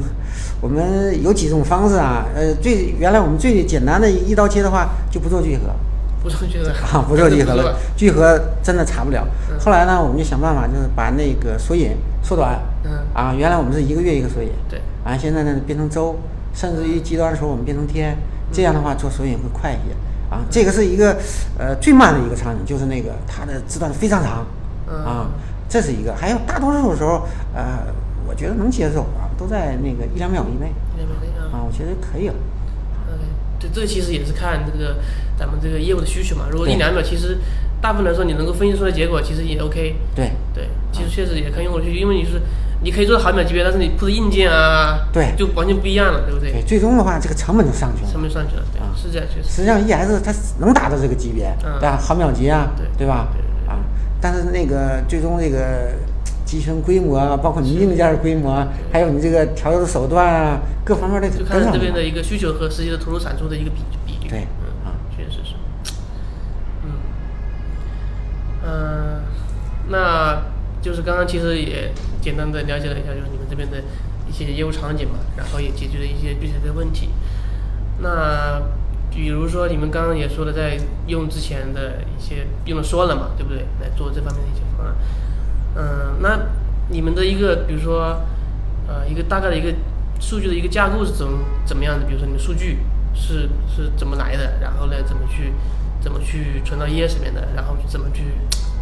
S2: 我们有几种方式啊，呃，最原来我们最简单的一刀切的话就不做聚合，
S1: 不上去了
S2: 啊，不做聚合
S1: 不
S2: 了，聚合真的查不了
S1: 嗯。
S2: 后来呢，我们就想办法就是把那个索引缩短，
S1: 嗯
S2: 啊，原来我们是一个月一个索引，
S1: 对，
S2: 啊，现在呢变成周，甚至于极端的时候我们变成
S1: 嗯
S2: 天，这样的话做索引会快一些。啊，这个是一个呃最慢的一个场景，就是那个它的字段非常长，
S1: 嗯
S2: 啊，这是一个。还有大多数时候，呃，我觉得能接受啊，都在那个一两秒以内
S1: 明白明白
S2: 啊，
S1: 啊。
S2: 我觉得可以了。
S1: OK，对，这个其实也是看这个咱们这个业务的需求嘛。如果
S2: 对
S1: 一两秒，其实大部分来说你能够分析出来结果，其实也 OK。
S2: 对，
S1: 对，
S2: 啊
S1: 其实确实也看用户的需求，因为你是你可以做到毫秒级别，但是你铺的硬件啊，
S2: 对
S1: 就完全不一样了，对不对？
S2: 对，最终的话，这个成本就上去了
S1: 上。面上去了，对，
S2: 啊
S1: 是这样，确实。
S2: 实际上 ES 它能达到这个级别，
S1: 嗯
S2: 对吧？毫秒级啊，
S1: 对
S2: 吧
S1: 对对？对
S2: 啊，但是那个最终这个集群规模啊，包括你硬件的规模啊，还有你这个调优的手段啊，各方面的啊
S1: 就
S2: 跟
S1: 看
S2: 上
S1: 这边
S2: 了
S1: 的一个需求和实际的投入产出的一个比比率。
S2: 对
S1: 嗯
S2: 啊，
S1: 确实是。嗯，嗯、那就是刚刚其实也简单的了解了一下，就是你们这边的一些业务场景嘛，然后也解决了一些具体的问题。那比如说你们刚刚也说了，在用之前的一些用的说了嘛，对不对？来做这方面的一些方案。嗯，那你们的一个比如说呃一个大概的一个数据的一个架构是怎么怎么样的？比如说你们数据是是怎么来的，然后呢怎么去怎么去存到 ES 里面的，然后怎么去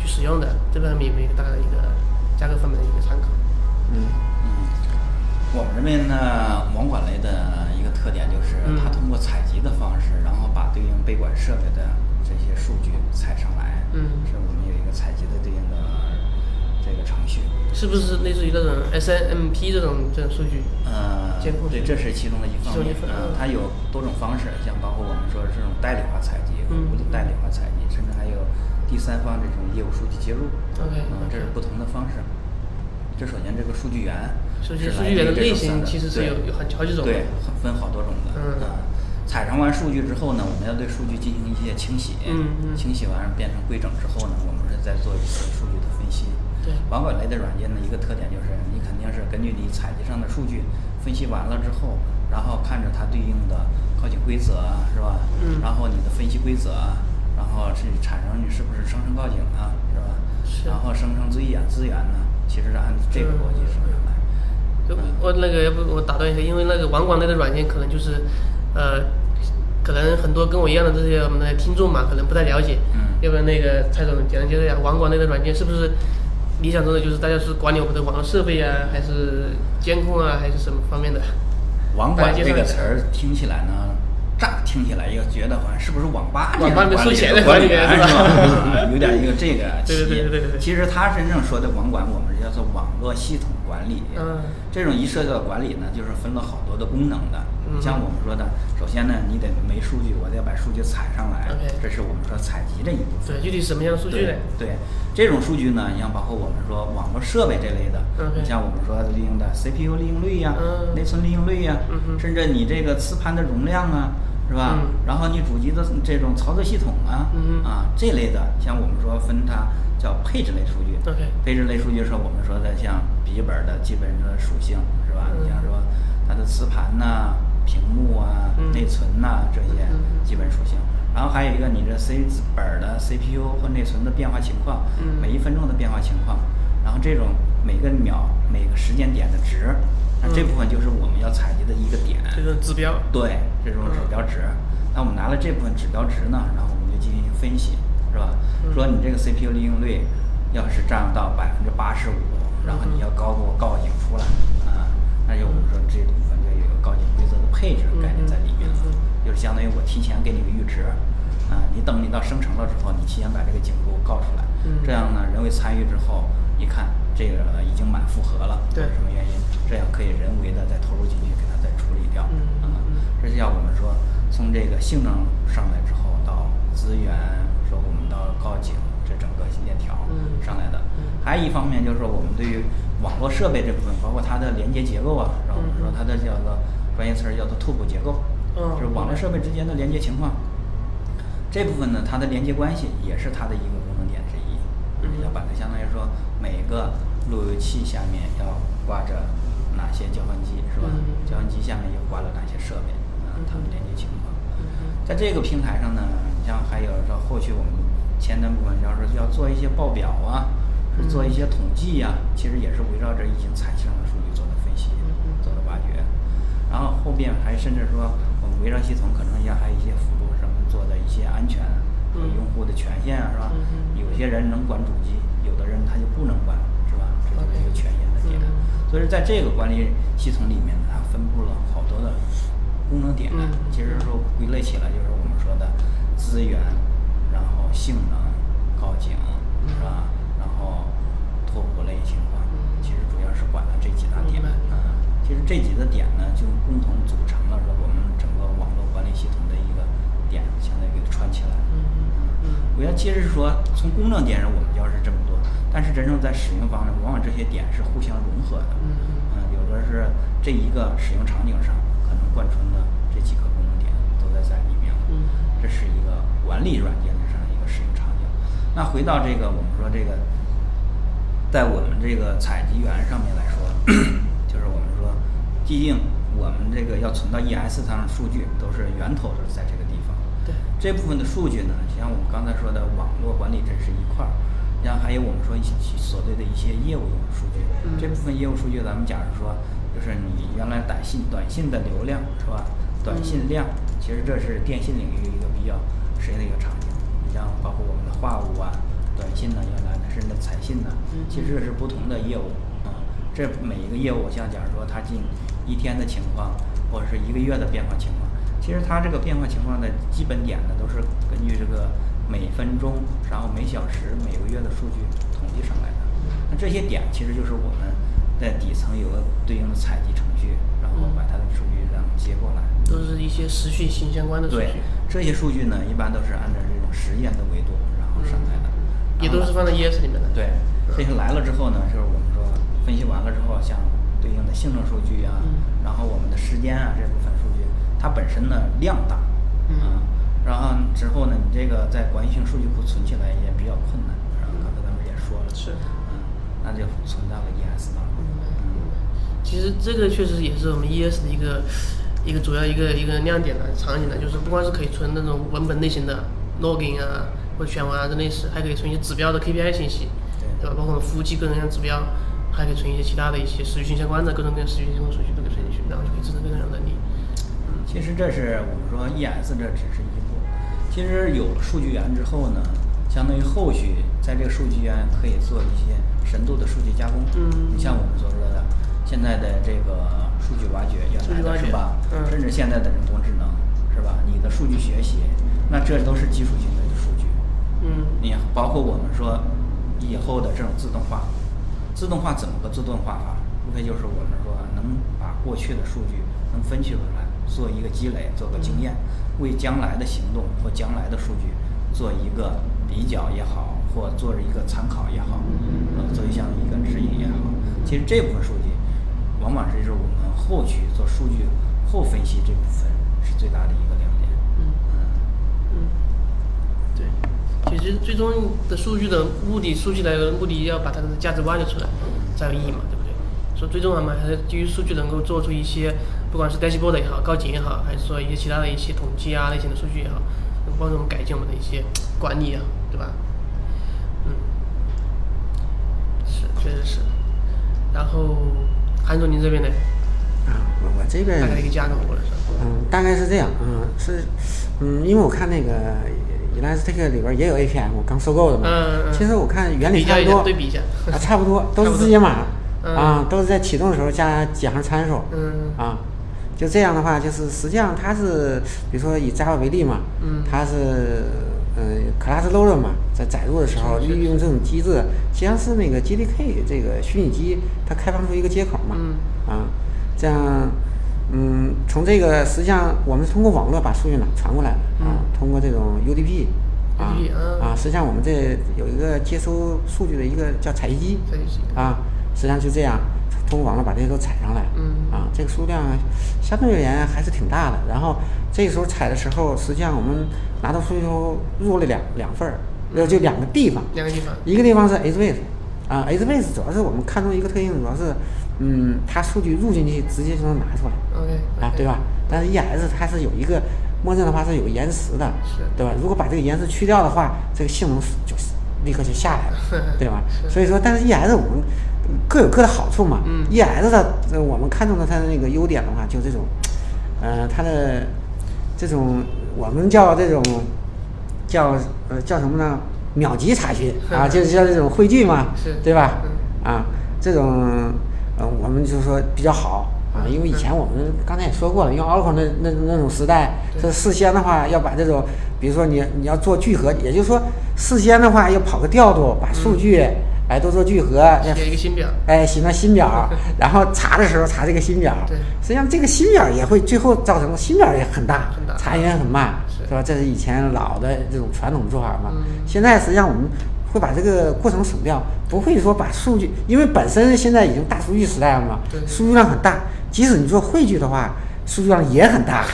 S1: 去使用的，这方面有没有一个大概的一个架构方面的一个参考？
S2: 嗯，
S3: 嗯，我们这边呢，网管类的一个特点就是
S1: 嗯，
S3: 它通过采集的方式，然后把对应被管设备的这些数据采上来，
S1: 嗯
S3: 是我们有一个采集的对应的这个程序。
S1: 是不是类似于那种 SNMP 这种这种数据？
S3: 呃
S1: 监控，
S3: 对，
S1: 是
S3: 这是其中的一方
S1: 其中一
S3: 面。
S1: 方面
S3: 嗯，它有多种方式，像包括我们说的这种代理化采集和
S1: 嗯
S3: 无代理化采集，甚至还有第三方这种业务数据接入。
S1: OK，
S3: 嗯，这是
S1: OK
S3: 不同的方式。这首先这个数据源
S1: 首
S3: 是
S1: 先
S3: 来
S1: 数啊据
S3: 自于这种三个，
S1: 源的类型其实是有有很好几种的
S3: 对，很分好多种的。
S1: 嗯
S3: 啊采集完数据之后呢，我们要对数据进行一些清洗，
S1: 嗯嗯
S3: 清洗完变成规整之后呢，我们是再做一次数据的分析。
S1: 对
S3: 网管类的软件的一个特点就是，你肯定是根据你采集上的数据分析完了之后，然后看着它对应的考勤规则啊是吧？
S1: 嗯
S3: 然后你的分析规则，啊然后是产生你是不是生成告警啊，是吧？
S1: 是
S3: 然后生成资源资源呢，其实是按这个逻辑生成来。
S1: 就我那个要不我打断一下，因为那个网管类的软件可能就是，呃，可能很多跟我一样的这些我们的听众嘛，可能不太了解。
S3: 嗯
S1: 要不然那个蔡总简单介绍一下网管类的软件是不是理想中的就是大家是管理我们的网络设备啊，还是监控啊，还是什么方面的？
S3: 网管这个词
S1: 大家
S3: 儿听起来呢，乍听起来又觉得好像是不是网吧这
S1: 网吧里
S3: 种管理
S1: 面收钱的
S3: 的管
S1: 管理
S3: 理
S1: 员
S3: 员是
S1: 是吧
S3: 吧？ 有点一个这个歧
S1: 对对
S3: 义。
S1: 对对对对
S3: 其实他真正说的网管，我们叫做网络系统管理。
S1: 嗯
S3: 这种一涉及到管理呢，就是分了好多的功能的。
S1: 嗯
S3: 像我们说的，首先呢，你得没数据，我得把数据采上来
S1: OK
S3: 这是我们说采集这一部分。
S1: 对，具体什么样的数据呢
S3: 对？对，这种数据呢，你像包括我们说网络设备这类的，
S1: OK
S3: 你像我们说利用的 CPU 利用率呀、
S1: 嗯
S3: 内存利用率呀、
S1: 嗯哼
S3: 甚至你这个磁盘的容量啊，是吧？
S1: 嗯
S3: 然后你主机的这种操作系统啊，
S1: 嗯哼
S3: 啊这类的，像我们说分它叫配置类数据
S1: OK
S3: 配置类数据是我们说的像笔记本的基本的属性，是吧？
S1: 嗯
S3: 你像说它的磁盘呐、屏幕啊、
S1: 嗯
S3: 内存呐、这些
S1: 嗯
S3: 基本属性。然后还有一个你这 C 字本儿的 CPU 和内存的变化情况，
S1: 嗯
S3: 每一分钟的变化情况，然后这种每个秒、每个时间点的值，那这
S1: 嗯
S3: 部分就是我们要采集的一个点。
S1: 这种指标。
S3: 对这
S1: 嗯
S3: 种指标值。那我们拿了这部分指标值呢，然后我们就进行分析，是吧？
S1: 嗯
S3: 说你这个 CPU 利用率要是占到百分之八十五，然后
S1: 嗯
S3: 你要高给我告警出来啊，那就我们说这部分就有一个告警规则的配置概念在里面了
S1: 嗯嗯，
S3: 就是相当于我提前给你个阈值。啊，你等你到生成了之后，你提前把这个警给我告出来，
S1: 嗯
S3: 这样呢，人为参与之后，一看这个呃已经满负荷了，
S1: 对
S3: 什么原因，这样可以人为的再投入进去，给它再处理掉。
S1: 嗯
S3: 啊
S1: 嗯
S3: 这就像我们说，从这个性能上来之后，到资源，说我们到告警，这整个链条
S1: 嗯
S3: 上来的。
S1: 嗯
S3: 还有一方面就是说，我们对于网络设备这部分，包括它的连接结构啊，然后我们说
S1: 嗯嗯
S3: 它的叫做专业词儿叫做拓扑结构，
S1: 嗯
S3: 就是网络设备之间的连接情况。这部分呢，它的连接关系也是它的一个功能点之一。
S1: 嗯
S3: 要把它相当于说每个路由器下面要挂着哪些交换机是吧？
S1: 嗯
S3: 交换机下面又挂了哪些设备啊？它们
S1: 嗯
S3: 连接情况。
S1: 嗯
S3: 在这个平台上呢，你像还有说后续我们前端部门要是要做一些报表啊，是做一些统计呀、其实也是围绕着已经采集上的数据做的分析
S1: 嗯嗯，
S3: 做的挖掘，然后后边还甚至说我们围绕系统可能要还有一些辅助什么做的一些安全和
S1: 嗯
S3: 用户的权限啊，是吧
S1: 嗯？嗯
S3: 有些人能管主机，有的人他就不能管，是吧？这就是一个
S1: OK
S3: 权限的点。
S1: 嗯
S3: 所以在这个管理系统里面呢，它分布了好多的功能点。
S1: 嗯
S3: 其实说归类起来就是我们说的资源，然后性能、高警，是吧？然后拓扑类情况，
S1: 嗯
S3: 其实主要是管了这几大
S1: 明
S3: 点。
S1: 白
S3: 嗯，其实这几个点呢，就共同组成了说我们整个网络管理系统的一个点，相当于给串起来。
S1: 嗯嗯嗯
S3: 我要其实说，从公正点上我们教是这么多，但是真正在使用方面，往往这些点是互相融合的。
S1: 嗯嗯
S3: 嗯，有的是这一个使用场景上可能贯穿的这几个功能点都在在里面了。
S1: 嗯
S3: 这是一个管理软件的这样一个使用场景。那回到这个，我们说这个，在我们这个采集源上面来说， 就是我们说，毕竟我们这个要存到 ES 上的数据都是源头是在这个地方。
S1: 嗯对，
S3: 这部分的数据呢，像我们刚才说的网络管理，这是一块儿，然后还有我们说一些所对的一些业务用数据，
S1: 嗯
S3: 这部分业务数据，咱们假如说，就是你原来短信短信的流量是吧？短信
S1: 嗯
S3: 量，其实这是电信领域一个比较实验的一个场景。你像包括我们的话务啊、短信呢，原来甚至彩信呢，
S1: 嗯
S3: 其实这是不同的业务啊、这每一个业务，像假如说它近一天的情况，或者是一个月的变化情况，其实它这个变化情况的基本点呢，都是根据这个每分钟，然后每小时、每个月的数据统计上来的。那这些点其实就是我们在底层有个对应的采集程序，然后把它的数据让接过来。
S1: 都是一些时序性相关的数
S3: 对
S1: 据，
S3: 这些数据呢，一般都是按照这种实验的维度然后上来的，
S1: 嗯也都是
S3: 然后
S1: 放在 ES 里面的。
S3: 嗯对，这些来了之后呢，就是我们说分析完了之后，像对应的性能数据啊，
S1: 嗯
S3: 然后我们的时间啊这部分数据，它本身呢量大，啊，然后之后呢，你这个在广义性数据库存起来也比较困难，然后刚才咱们也说了，
S1: 是
S3: 嗯，那就存在了 ES 当中，
S1: 嗯
S3: 嗯
S1: 其实这个确实也是我们 ES 的一个一个主要一个一个亮点呢、场景呢，就是不光是可以存那种文本类型的 login 啊或者选文啊这类似，还可以存一些指标的 KPI 信息，
S3: 对
S1: 对吧？包括我们服务器各种各样的指标，还可以存一些其他的一些时序相关的各种各样的时序相关数据都可以存进去，然后就可以支撑各种各样的能力。
S3: 其实这是我们说 ES 这只是一步，其实有了数据源之后呢，相当于后续在这个数据源可以做一些深度的数据加工。
S1: 嗯
S3: 你像我们所说的，现在的这个数据挖掘，
S1: 数据
S3: 原来
S1: 挖
S3: 的
S1: 掘
S3: 是吧？
S1: 嗯
S3: 甚至现在的人工智能是吧？你的数据学习，那这都是基础性的数据。
S1: 嗯
S3: 你包括我们说以后的这种自动化，自动化怎么个自动化法？无非就是我们说能把过去的数据能分析出来，做一个积累，做个经验，为将来的行动或将来的数据做一个比较也好，或做一个参考也好，呃，做一项一个指引也好。其实这部分数据，往往是就是我们后续做数据后分析这部分是最大的一个亮点。
S1: 嗯。
S3: 嗯。
S1: 嗯，对，其实最终的数据的目的，数据来源的目的要把它的价值挖掘出来，才有意义嘛，对不对？所以最终我们还是基于数据能够做出一些，不管是 dashboard 也好，高警也好，还是说一些其他的一些统计啊类型的数据也好，能帮助我们改进我们的一些管理啊，对吧？嗯，是，确实是。然后，韩总您这边呢，
S2: 啊，我我这边
S1: 大概一个架构或者是？
S2: 嗯，大概是这样啊，是，嗯，因为我看那个 Elastic 里边也有 APM，我刚收购的嘛。
S1: 嗯嗯嗯
S2: 其实我看原理
S1: 比较
S2: 差不
S1: 一下，
S2: 多，
S1: 对比一下。
S2: 啊，差不多都
S1: 差
S2: 是
S1: 不
S2: 字
S1: 多
S2: 节码，
S1: 嗯
S2: 啊，都是在启动的时候加几行参数，
S1: 嗯
S2: 啊，就这样的话，就是实际上它是，比如说以 Java 为例嘛，
S1: 嗯
S2: 它是呃 class loader 嘛，在载入的时候
S1: 是是
S2: 利用这种机制，实际上是那个 GDK 这个虚拟机它开放出一个接口嘛，
S1: 嗯
S2: 啊，这样，嗯，从这个实际上我们是通过网络把数据拿传过来的，
S1: 嗯
S2: 啊，通过这种 UDP。啊
S1: UDP 嗯
S2: 啊，实际上我们这有一个接收数据的一个叫采集机，
S1: 采集机
S2: 啊，实际上就这样通过网络把这些都采上来，
S1: 嗯
S2: 啊，这个数量相对而言啊还是挺大的。然后这个时候采的时候，实际上我们拿到数据后入了两两份儿，呃，就两个地方，
S1: 两个地方
S2: 一个地方是 HBase，啊，HBase 主要是我们看中一个特性，主要是，嗯，它数据入进去直接就能拿出来，
S1: ，OK，,
S2: 啊，对吧？但是 ES 它是有一个默认的话是有延时的，
S1: 是，
S2: 对吧？如果把这个延时去掉的话，这个性能是就是立刻就下来了对吧？
S1: 是
S2: 所以说，但是 ES 我们各有各的好处嘛。
S1: 嗯
S2: ES 的呃我们看中的它的那个优点的话，就这种，呃，它的这种我们叫这种叫呃叫什么呢？秒级查询啊，就是叫这种汇聚嘛，
S1: 是
S2: 对吧？
S1: 嗯
S2: 啊，这种呃，我们就说比较好
S1: 嗯
S2: 啊，因为以前我们刚才也说过了，用 Oracle 那那那种时代，这事先的话要把这种，比如说你你要做聚合，也就是说事先的话要跑个调度，把数据、哎都做聚合，要
S1: 写一个新表，
S2: 哎写到新 表儿，然后查的时候查这个新表儿
S1: 对，
S2: 实际上这个新表儿也会最后造成新表儿也很大，
S1: 很大
S2: 查询也很慢，
S1: 是
S2: 吧？这是以前老的这种传统做法嘛。
S1: 嗯
S2: 现在实际上我们会把这个过程省掉，不会说把数据，因为本身现在已经大数据时代了嘛
S1: 对，
S2: 数据量很大，即使你做汇聚的话，数据量也 很大，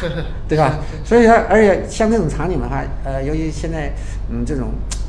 S2: 对吧？所以说，而且像这种场景的话，呃，由于现在嗯这种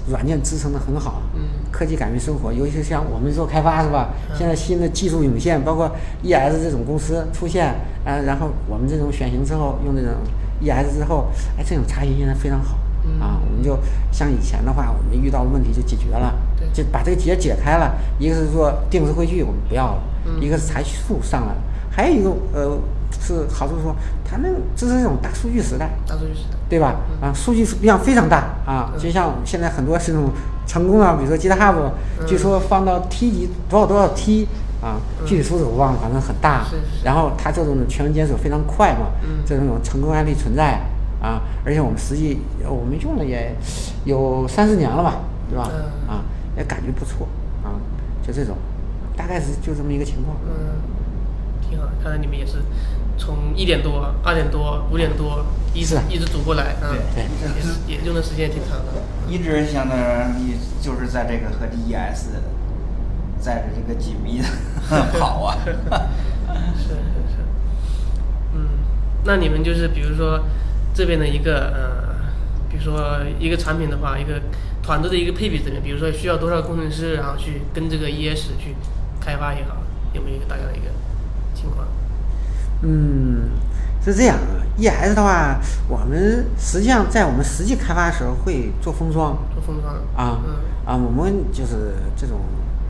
S2: 软件支撑的很好，
S1: 嗯
S2: 科技改变生活，尤其是像我们做开发是吧？现在新的技术涌现，包括 ES 这种公司出现，啊、然后我们这种选型之后用这种 ES 之后，哎，这种查询现在非常好、
S1: 嗯
S2: 啊。我们就像以前的话，我们遇到的问题就解决了，
S1: 对
S2: 就把这个结解开了。一个是说定时汇聚我们不要了，
S1: 嗯
S2: 一个是查询数上来了，还有一个呃是好处说，它那个这是这种大数据时代，
S1: 大数据时代，
S2: 对吧？啊，数据量非常大啊，
S1: 嗯
S2: 就像现在很多是那种成功的，比如说 GitHub，
S1: 嗯
S2: 据说放到 T 级多少多少 T 啊，具体数字我忘了，反正很大
S1: 是是。
S2: 然后它这种全文检索非常快嘛
S1: 嗯，
S2: 这种成功案例存在啊，而且我们实际我们用了也有三四年了吧，对吧？
S1: 嗯
S2: 啊，也感觉不错啊，就这种，大概是就这么一个情况。
S1: 嗯，挺好。看来你们也是从一点多、二点多、五点多一
S2: 是
S1: 直
S2: 啊
S1: 一直组过来，嗯，
S3: 对
S1: 也是也用的时间也挺长的，
S3: 一直相当于就是在这个和 DES 在这个紧密的跑啊，
S1: 是是是，嗯，那你们就是比如说这边的一个呃，比如说一个产品的话，一个团队的一个配比怎么样？比如说需要多少工程师，然后去跟这个 ES 去开发也好，有没有一个大概的一个情况？
S2: 嗯，是这样啊，ES 的话，我们实际上在我们实际开发的时候会做封装
S1: 做封装
S2: 啊
S1: 嗯
S2: 啊，我们就是这种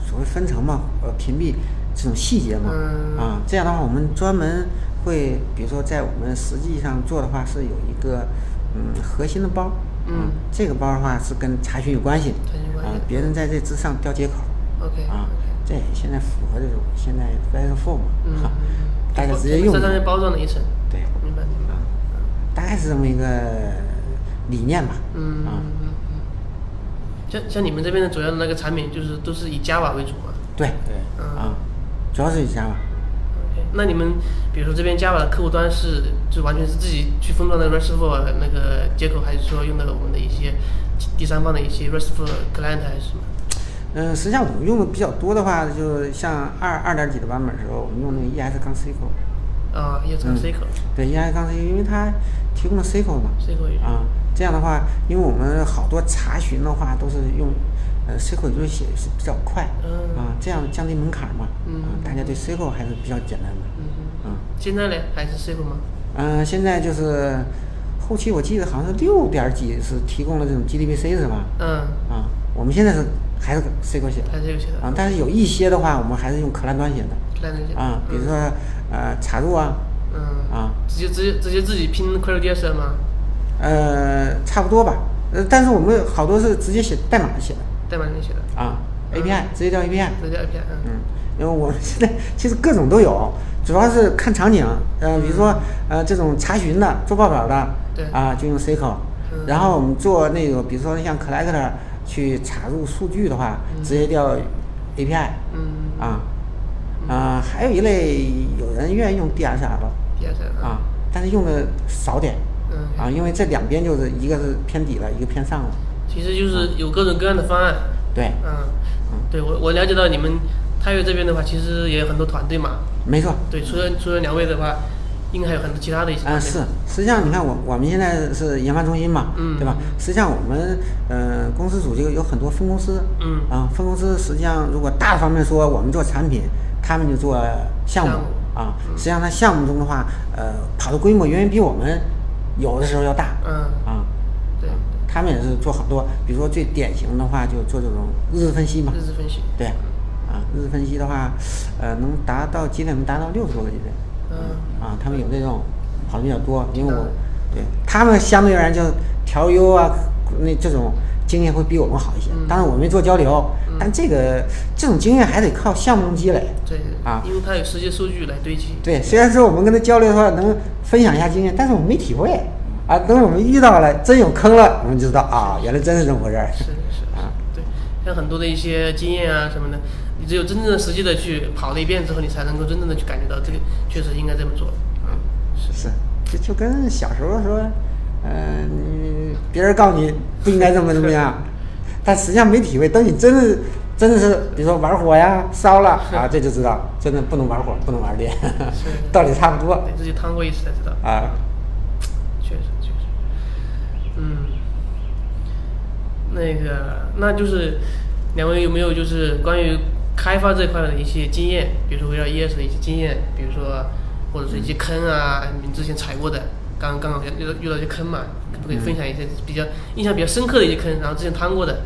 S2: 所谓分层嘛，呃，屏蔽这种细节嘛
S1: 嗯
S2: 啊，这样的话我们专门会，比如说在我们实际上做的话是有一个嗯核心的包，
S1: 嗯
S2: 啊这个包的话是跟查询有关系
S1: 查询有，关
S2: 啊
S1: 系，
S2: 别人在这之上调接口。
S1: ，OK，
S2: 啊，这也现在符合这种现在 Flash f o r
S1: 嗯
S2: m 哈，，大家
S1: 就
S2: 直接用
S1: 在上面
S2: 就
S1: 包装了一层，
S2: 对，
S1: 明白明白，
S2: 大概是这么一个理念吧。
S1: 嗯
S2: 啊，
S1: 嗯嗯嗯，像像你们这边的主要的那个产品就是都是以 Java 为主嘛，
S2: 对，
S3: 对，
S1: 嗯
S2: 啊，主要是以 Java。
S1: OK，那你们比如说这边 Java 的客户端是就完全是自己去封装的 RESTful 那个接口，还是说用的我们的一些第三方的一些 RESTful client 还是什么？
S2: 嗯，实际上我们用的比较多的话，就是像二二点几的版本的时候，我们用那个 ES 杠 SQL，
S1: 啊，也
S2: 嗯
S1: 是 C 口
S2: 对 ES 杠 SQL，因为它提供了 SQL 嘛，
S1: ，C 口语
S2: 啊，这样的话，因为我们好多查询的话都是用呃 SQL 就是写是比较快，
S1: 嗯
S2: 啊，这样降低门槛嘛，
S1: 嗯
S2: 啊，大家对 SQL 还是比较简单的，
S1: 嗯哼，
S2: 嗯。
S1: 现在呢还是 C 口吗？
S2: 嗯，现在就是后期我记得好像是六点儿几是提供了这种 GDPC 是吧？
S1: 嗯，
S2: 啊，我们现在是还是 SQL 写
S1: 还
S2: 的
S1: 是有写的
S2: 啊，但是有一些的话，我们还是用克兰端写的
S1: client 写的
S2: 啊，比如说呃插入啊，
S1: 嗯
S2: 啊
S1: 直接直接直接自己拼 query JSON 吗？
S2: 呃差不多吧，呃，但是我们好多是直接写代码写的
S1: 代码里面写的，
S2: 啊
S1: 嗯
S2: ，API 直接叫 API，
S1: 直接 API，嗯
S2: 嗯，因为我们现在其实各种都有，主要是看场景，呃，比如说呃这种查询的、做报表的，
S1: 对
S2: 啊、就用 SQL，、
S1: 嗯
S2: 然后我们做那个，比如说像 collector 去查入数据的话，直接调 API，
S1: 嗯
S2: 啊，啊、还有一类有人愿意用 DSL，
S1: ，JSON
S2: 啊，，但是用的少点，
S1: 嗯
S2: 啊，因为这两边就是一个是偏底了，一个偏上了，
S1: 其实就是有各种各样的方案。
S2: 对，
S1: 嗯，对我我了解到你们太岳这边的话，其实也有很多团队嘛。
S2: 没错，
S1: 对，除了除了两位的话，应该还有很多其他的一些
S2: 嗯啊、
S1: 团队。
S2: 是，实际上你看我我们现在是研发中心嘛，
S1: 嗯
S2: 对吧？实际上我们呃公司组织有很多分公司，
S1: 嗯
S2: 啊、分公司实际上如果大方面说，我们做产品，他们就做项
S1: 项
S2: 目
S1: 目嗯
S2: 啊。实际上它项目中的话，呃，跑的规模远远比我们有的时候要大
S1: 嗯，
S2: 啊。
S1: 对，
S2: 他们也是做好多，比如说最典型的话，就做这种日志分析嘛，
S1: 日志分析。
S2: 对，啊，日志分析的话，呃，能达到几点？能达到六十多个几点。
S1: 嗯
S2: 啊，他们有那种跑的比较多，因为我对他们相对而言就调优啊，那这种经验会比我们好一些。当然我没做交流，但这个这种经验还得靠项目中积累。
S1: 对对
S2: 啊
S1: 因为它有实际数据来堆积。
S2: 对，虽然说我们跟他交流的话能分享一下经验，但是我们没体会啊。等我们遇到了真有坑了，我们就知道啊，原来真是这么回事儿。
S1: 是是是
S2: 啊，
S1: 对，像很多的一些经验啊什么的，你只有真正的实际的去跑了一遍之后，你才能够真正的去感觉到这个确实应该这么做。嗯，是。
S2: 是，就就跟小时候说，呃，你别人告诉你不应该这么怎么样，但实际上没体会。等你真的真的是，比如说玩火呀、烧了啊，这就知道真的不能玩火，不能玩电， 道理差不多
S1: 得自己趟过一次才知道。
S2: 啊。
S1: 确实确实，嗯，那个那就是两位有没有就是关于开发这块的一些经验，比如说围绕 ES 的一些经验，比如说或者是一些坑啊，你之前踩过的，刚刚好遇到遇到一些坑嘛，可不可以分享一些比较印象比较深刻的一些坑，然后之前趟过的，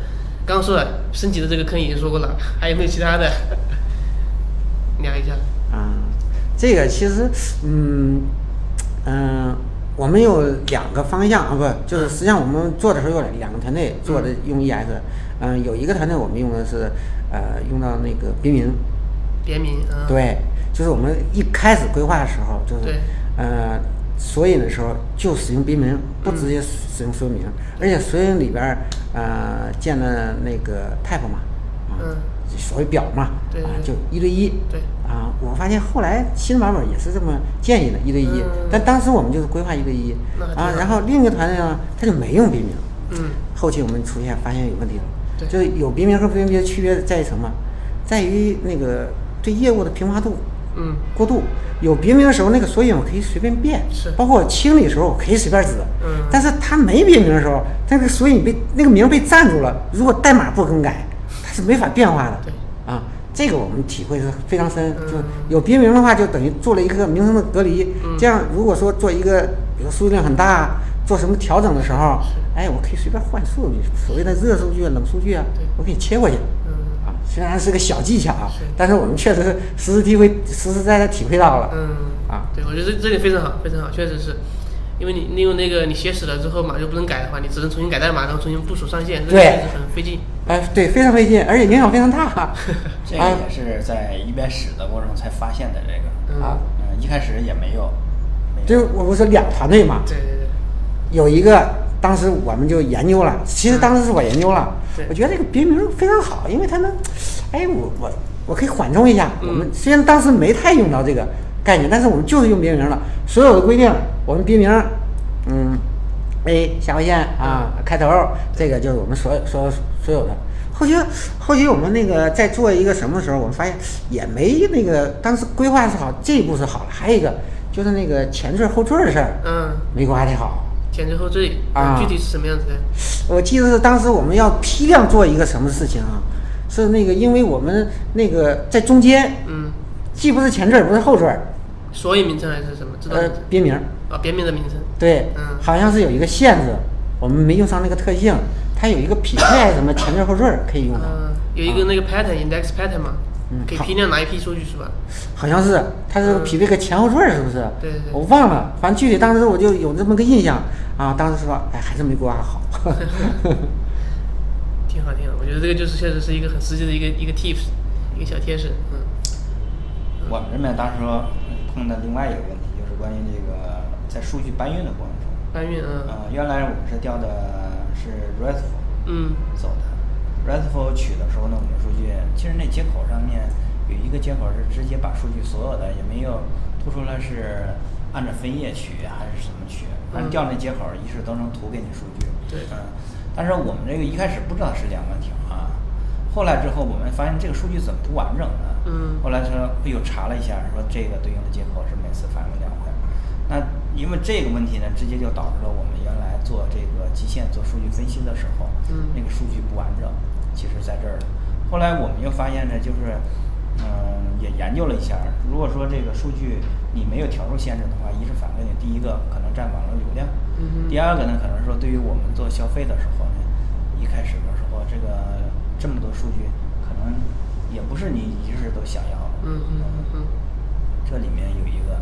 S1: 刚刚说了升级的这个坑已经说过了，还有没有其他的？ 聊一下，
S2: 啊，这个其实，嗯嗯、我们有两个方向啊，不，就是实际上我们做的时候有两两个团队做的用 ES，嗯、有一个团队我们用的是呃用到那个别名，
S1: 别名啊，，
S2: 对，就是我们一开始规划的时候，就
S1: 对
S2: 是呃，索引的时候就使用别名，不直
S1: 嗯
S2: 接使用说明，而且索引里边儿呃建了那个 type 嘛，啊，
S1: 嗯
S2: 所谓表嘛，
S1: 对
S2: 啊，
S1: 对
S2: 就一对一。
S1: 对
S2: 啊，我发现后来新版本也是这么建议的，一对一。
S1: 嗯
S2: 但当时我们就是规划一对一
S1: 那还挺
S2: 啊
S1: 好，
S2: 然后另一个团队呢，他就没用别名。
S1: 嗯，
S2: 后期我们出现发现有问题了，
S1: 对
S2: 就是有别名和不别名的区别在于什么？在于那个对业务的平滑度
S1: 嗯
S2: 过渡。有别名的时候，那个索引我可以随便变，
S1: 是
S2: 包括我清理的时候我可以随便指。
S1: 嗯
S2: 但是它没别名的时候，它那个索引被那个名被占住了，如果代码不更改，它是没法变化的。
S1: 对
S2: 啊，这个我们体会是非常深。
S1: 嗯
S2: 就有别名的话，就等于做了一个名称的隔离。
S1: 嗯
S2: 这样，如果说做一个，比如数据量很大，做什么调整的时候，哎，我可以随便换数据，所谓的热数据啊、冷数据啊
S1: 对，
S2: 我可以切过去。
S1: 嗯
S2: 啊，虽然是个小技巧啊
S1: 是，
S2: 但是我们确实是实实体会、实实在在体会到了。
S1: 嗯
S2: 啊
S1: 对，我觉得这这点非常好，非常好，确实是。因为你你有那个你写死了之后码就不能改的话，你只能重新改代码，然后重新部署上线，这个
S2: 对
S1: 确实很费劲。
S2: 哎，对，非常费劲，而且影响非常大。
S3: 这
S2: 啊
S3: 个也是在一边使的过程中才发现的这个，
S1: 嗯，
S2: 啊，
S3: 嗯，一开始也没有，没有
S2: 就是我不是两团队嘛，
S1: 对对对，
S2: 有一个当时我们就研究了，其实当时是我研究了
S1: 嗯对，
S2: 我觉得这个别名非常好，因为它能，哎，我我我可以缓冲一下。
S1: 嗯
S2: 我们虽然当时没太用到这个概念，但是我们就是用别名了，所有的规定我们别名，嗯，A 下划线啊，
S1: 嗯
S2: 开头这个就是我们所有所有所有的。后期后期我们那个在做一个什么时候，我们发现也没那个当时规划是好，这一步是好了，还有一个就是那个前缀后缀的事儿
S1: 嗯，
S2: 没规划太好。
S1: 前置后缀，
S2: 啊
S1: 具体是什么样子的？
S2: 我记得是当时我们要批量做一个什么事情啊？是那个，因为我们那个在中间，
S1: 嗯，
S2: 既不是前缀儿，不是后缀儿，
S1: 索引名称还是什么？知道
S2: 呃
S1: 名称，
S2: 别名儿。
S1: 啊，别名的名称。
S2: 对，
S1: 嗯
S2: 好像是有一个限制，我们没用上那个特性，它有一个匹配还是什么前缀儿后缀儿可以用的，啊
S1: 嗯，有一个那个 pattern index pattern 嘛
S2: 嗯，
S1: 可以
S2: 好
S1: 批量拿一批数据是吧？
S2: 好像是它是匹配个前后缀儿，是不是？
S1: 嗯对对对
S2: 我忘了，反正具体当时我就有这么个印象啊。当时说，哎，还是没规划 好。
S1: 挺好，挺好。我觉得这个就是确实是一个很实际的一个一个 tips，一个小贴士。嗯
S3: 我们这边当时碰到另外一个问题，就是关于这个在数据搬运的过程中，，
S1: 搬运，嗯
S2: 啊
S3: 呃，原来我们是调的是 RESTful
S1: 嗯
S3: 走的，RESTful 取的时候呢，我们数据其实那接口上面有一个接口是直接把数据所有的也没有突出来是按照分页取啊还是什么取，反正调那接口一式都能吐给你数据。
S1: 嗯对
S3: 嗯，但是我们这个一开始不知道是两万条啊。后来之后，我们发现这个数据怎么不完整呢？
S1: 嗯
S3: 后来说又查了一下，说这个对应的接口是每次返回两块。那因为这个问题呢，直接就导致了我们原来做这个极限做数据分析的时候，
S1: 嗯
S3: 那个数据不完整，其实在这儿了。后来我们又发现呢，就是，嗯，也研究了一下儿，如果说这个数据你没有调入限制的话，一是反馈你第一个可能占网络流量，
S1: 嗯哼
S3: 第二个呢，可能说对于我们做消费的时候呢，一开始的时候这个这么多数据，可能也不是你一直都想要的，
S1: 嗯嗯嗯嗯，
S3: 这里面有一个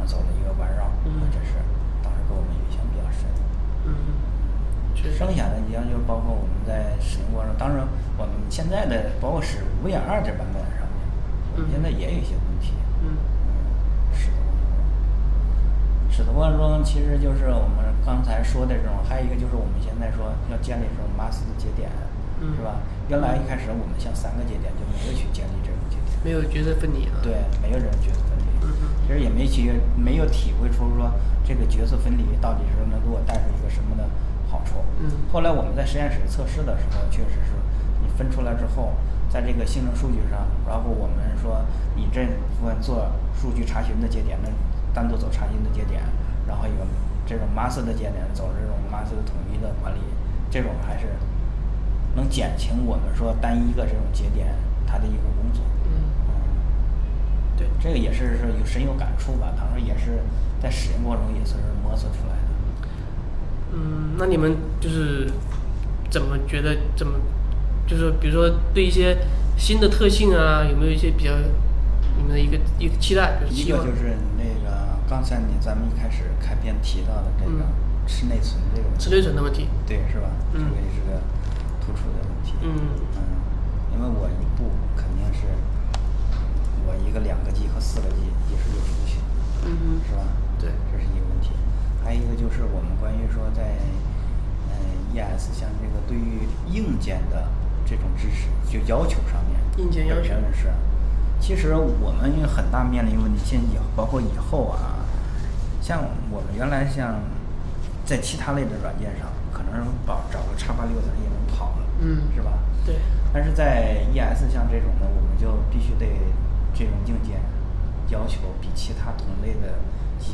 S3: 啊走了一个弯绕，
S1: 嗯
S3: 这是当时给我们印象比较深。
S1: 嗯，确实
S3: 剩，下的你要就包括我们在使用过程，当然我们现在的包括使 V R 这版本上面，我们
S1: 嗯
S3: 现在也有一些问题。
S1: 嗯
S3: 嗯，使得过程中，使得过程中其实就是我们刚才说的这种，还有一个就是我们现在说要建立这种 mass 的节点，
S1: 嗯
S3: 是吧？原来一开始我们像三个节点就没有去建立这种节点，
S1: 没有角色分离啊。
S3: 对，没有人角色分离。
S1: 嗯哼
S3: 其实也没体没有体会出说这个角色分离到底是能给我带出一个什么的好处。
S1: 嗯
S3: 后来我们在实验室测试的时候，确实是你分出来之后，在这个性能数据上，然后我们说你这部分做数据查询的节点，那单独走查询的节点，然后有这种 master 的节点走这种 master 统一的管理，这种还是能减轻我们说单一个这种节点它的一个工作。
S1: 嗯，
S3: 嗯
S1: 对，
S3: 这个也是是有深有感触吧，当时也是在使用过程中也是摸索出来的。
S1: 嗯，那你们就是怎么觉得怎么，就是比如说对一些新的特性啊，有没有一些比较你们的一个一个期待？比如
S3: 一
S1: 期
S3: 个
S1: 望
S3: 就是那个刚才你咱们一开始开篇提到的这个
S1: 嗯
S3: 吃内存这个问题，
S1: 吃内存的问题。
S3: 对是吧？
S1: 嗯
S3: 这个也是个突出的问题。
S1: 嗯
S3: 嗯因为我一步肯定是我一个两个 G 和四个 G 也是有出去的。
S1: 嗯
S3: 是吧？
S1: 对
S3: 这是一个问题。还有一个就是我们关于说在，呃，ES 像这个对于硬件的这种支持，就要求上面，
S1: 硬件要求
S3: 本身是。其实我们有很大面临一个问题，现在以后包括以后啊，像我们原来像在其他类的软件上，可能找找个叉八六咱也能跑了，
S1: 嗯
S3: 是吧？
S1: 哼，对，
S3: E 但是在 ES 像这种呢，我们就必须得这种硬件要求比其他同类的机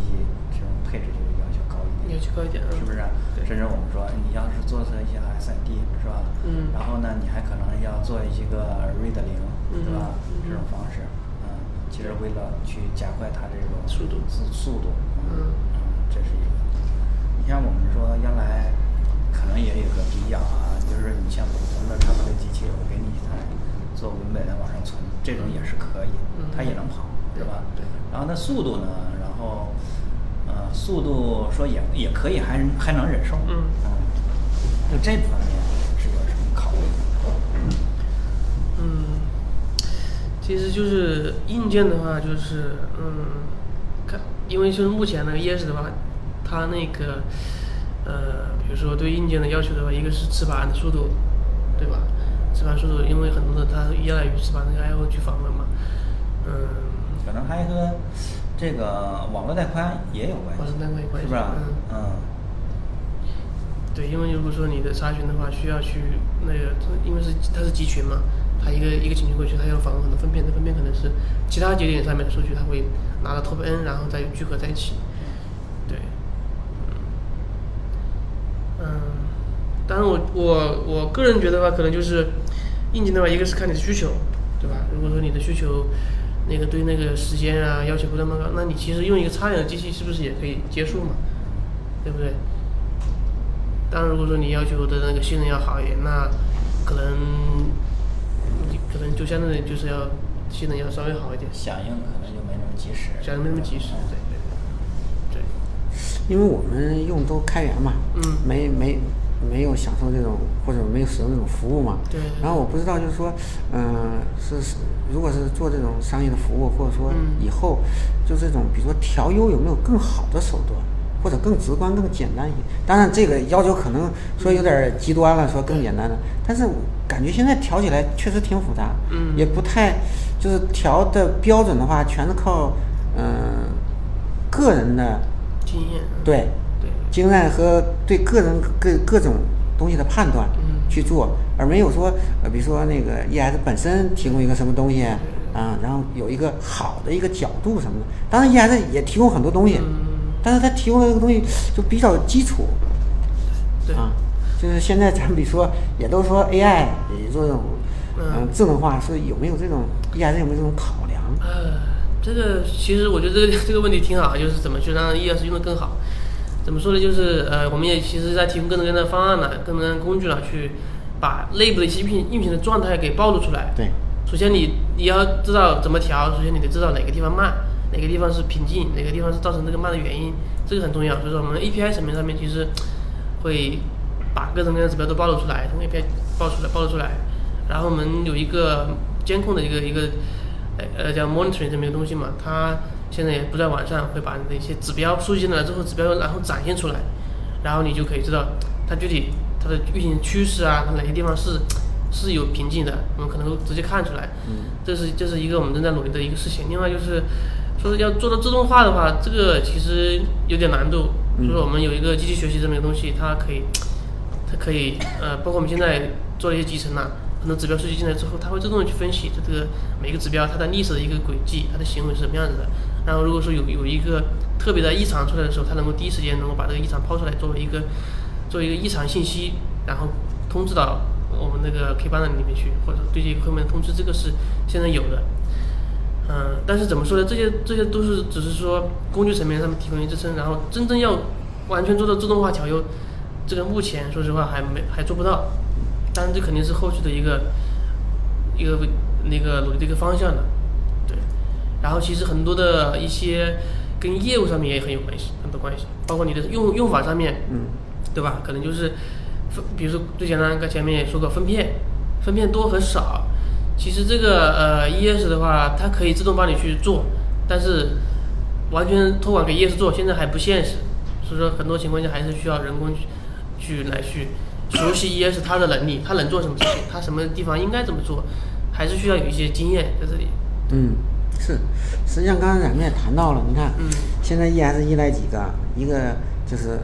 S3: 这种配置就要求高一
S1: 要
S3: 点，
S1: 求高一点嗯
S3: 是不是啊？
S1: 对
S3: 甚至我们说，你要是做成一些 SID 是吧？
S1: 嗯
S3: 然后呢，你还可能要做一些个 read 零，对吧？
S1: 嗯
S3: 这种方式，嗯，其实为了去加快它这种
S1: 速度
S3: 速速度，
S1: 嗯
S3: 这是一个。你像我们说原来可能也有个比较啊，就是你像普通的他们的机器，我给你一台做文本啊往上存，这种也是可以，
S1: 嗯
S3: 它也能跑，是吧？
S1: 对
S3: 然后它速度呢，然后呃，速度说也也可以，还还能忍受。啊
S1: 嗯
S3: 就这方面是有什么考虑的？
S1: 嗯，其实就是硬件的话，就是嗯，看，因为就是目前那个 ES 的话，它那个呃，比如说对硬件的要求的话，一个是磁盘的速度，对吧？磁盘速度，因为很多的它依赖于磁盘那个 I/O 去访问嘛，嗯，
S3: 可能还和这个网络带宽也有关系，
S1: 网络带宽有关系
S3: 是不是啊？
S1: 嗯
S3: 嗯
S1: 对，因为如果说你的查询的话，需要去那个，因为是它是集群嘛，它一个一个集群过去，它要访问很多分片，那分片可能是其他节点上面的数据，它会拿到 top n，然后再聚合在一起。对，嗯，当然我我我个人觉得话，可能就是硬件的话，一个是看你的需求，对吧？如果说你的需求那个对那个时间啊要求不那么高，那你其实用一个差点的机器是不是也可以接受嘛？对不对？当然，如果说你要求的那个性能要好一点，那可能你可能就相对的就是要性能要稍微好一点，
S3: 响应可能就没那么及时，
S1: 显得没那么及时。对
S3: 嗯
S1: 对对，
S2: 因为我们用都开源嘛，
S1: 嗯
S2: 没没没有享受这种或者没有使用这种服务嘛，
S1: 对对对
S2: 然后我不知道就是说，嗯、是是如果是做这种商业的服务，或者说
S1: 嗯
S2: 以后就这种比如说调优有没有更好的手段？或者更直观、更简单一些。当然，这个要求可能说有点儿极端了，说更简单的。但是我感觉现在调起来确实挺复杂，
S1: 嗯
S2: 也不太就是调的标准的话，全是靠嗯、个人的
S1: 经验。嗯
S2: 对
S1: 对，
S2: 经验和对个人各各种东西的判断
S1: 嗯
S2: 去做，而没有说呃，比如说那个 ES 本身提供一个什么东西
S1: 嗯
S2: 啊、然后有一个好的一个角度什么的。当然，ES 也提供很多东西，
S1: 嗯
S2: 但是它提供的这个东西就比较基础
S1: 对，
S2: 啊。就是现在咱们比如说也都说 AI 也做这种
S1: 嗯
S2: 嗯智能化，是有没有这种 ES 有没有这种考量？
S1: 呃，这个其实我觉得这个 这个问题挺好，就是怎么去让 ES 用的更好。怎么说呢？就是呃，我们也其实在提供各种各样的方案呢、各种各样的工具呢、去把内部的一些运行运行的状态给暴露出来。
S2: 对，
S1: 首先你你要知道怎么调，首先你得知道哪个地方慢，哪个地方是瓶颈，哪个地方是造成这个慢的原因，这个很重要。所以说我们 API 层面上面其实会把各种各样的指标都暴露出来，从 API 暴露出来暴露出来，然后我们有一个监控的一个一个呃呃叫 monitoring 这么一个东西嘛，它现在也不在网上会把你的一些指标数据进来之后，指标然后展现出来，然后你就可以知道它具体它的运行趋势啊，它哪些地方是是有瓶颈的，我们可能够直接看出来。这是这是一个我们正在努力的一个事情。另外就是说要做到自动化的话，这个其实有点难度。就是我们有一个机器学习这么一个东西，它可以它可以呃，包括我们现在做了一些集成呐、很多指标数据进来之后，它会自动地去分析这个每个指标它的历史的一个轨迹，它的行为是什么样子的。然后如果说有有一个特别的异常出来的时候，它能够第一时间能够把这个异常抛出来，作为一个作为一个异常信息，然后通知到我们那个 K 班的里面去，或者对接后面通知，这个是现在有的。嗯，但是怎么说呢？这些这些都是只是说工具层面上面提供一支撑，然后真正要完全做到自动化调优，这个目前说实话还没还做不到。当然，这肯定是后续的一个一个那个努力的一个方向的，对。然后其实很多的一些跟业务上面也很有关系，很多关系，包括你的用用法上面，
S2: 嗯，
S1: 对吧？可能就是分，比如说最简单，刚前面也说过分片，分片多和少，其实这个呃 ES 的话，它可以自动帮你去做，但是完全托管给 ES 做，现在还不现实，所以说很多情况下还是需要人工去去来去熟悉 ES 它的能力，它能做什么事情，它什么地方应该怎么做，还是需要有一些经验在这里。
S2: 嗯，是，实际上刚才咱们也谈到了，你看，
S1: 嗯
S2: 现在 ES 依赖几个？一个就是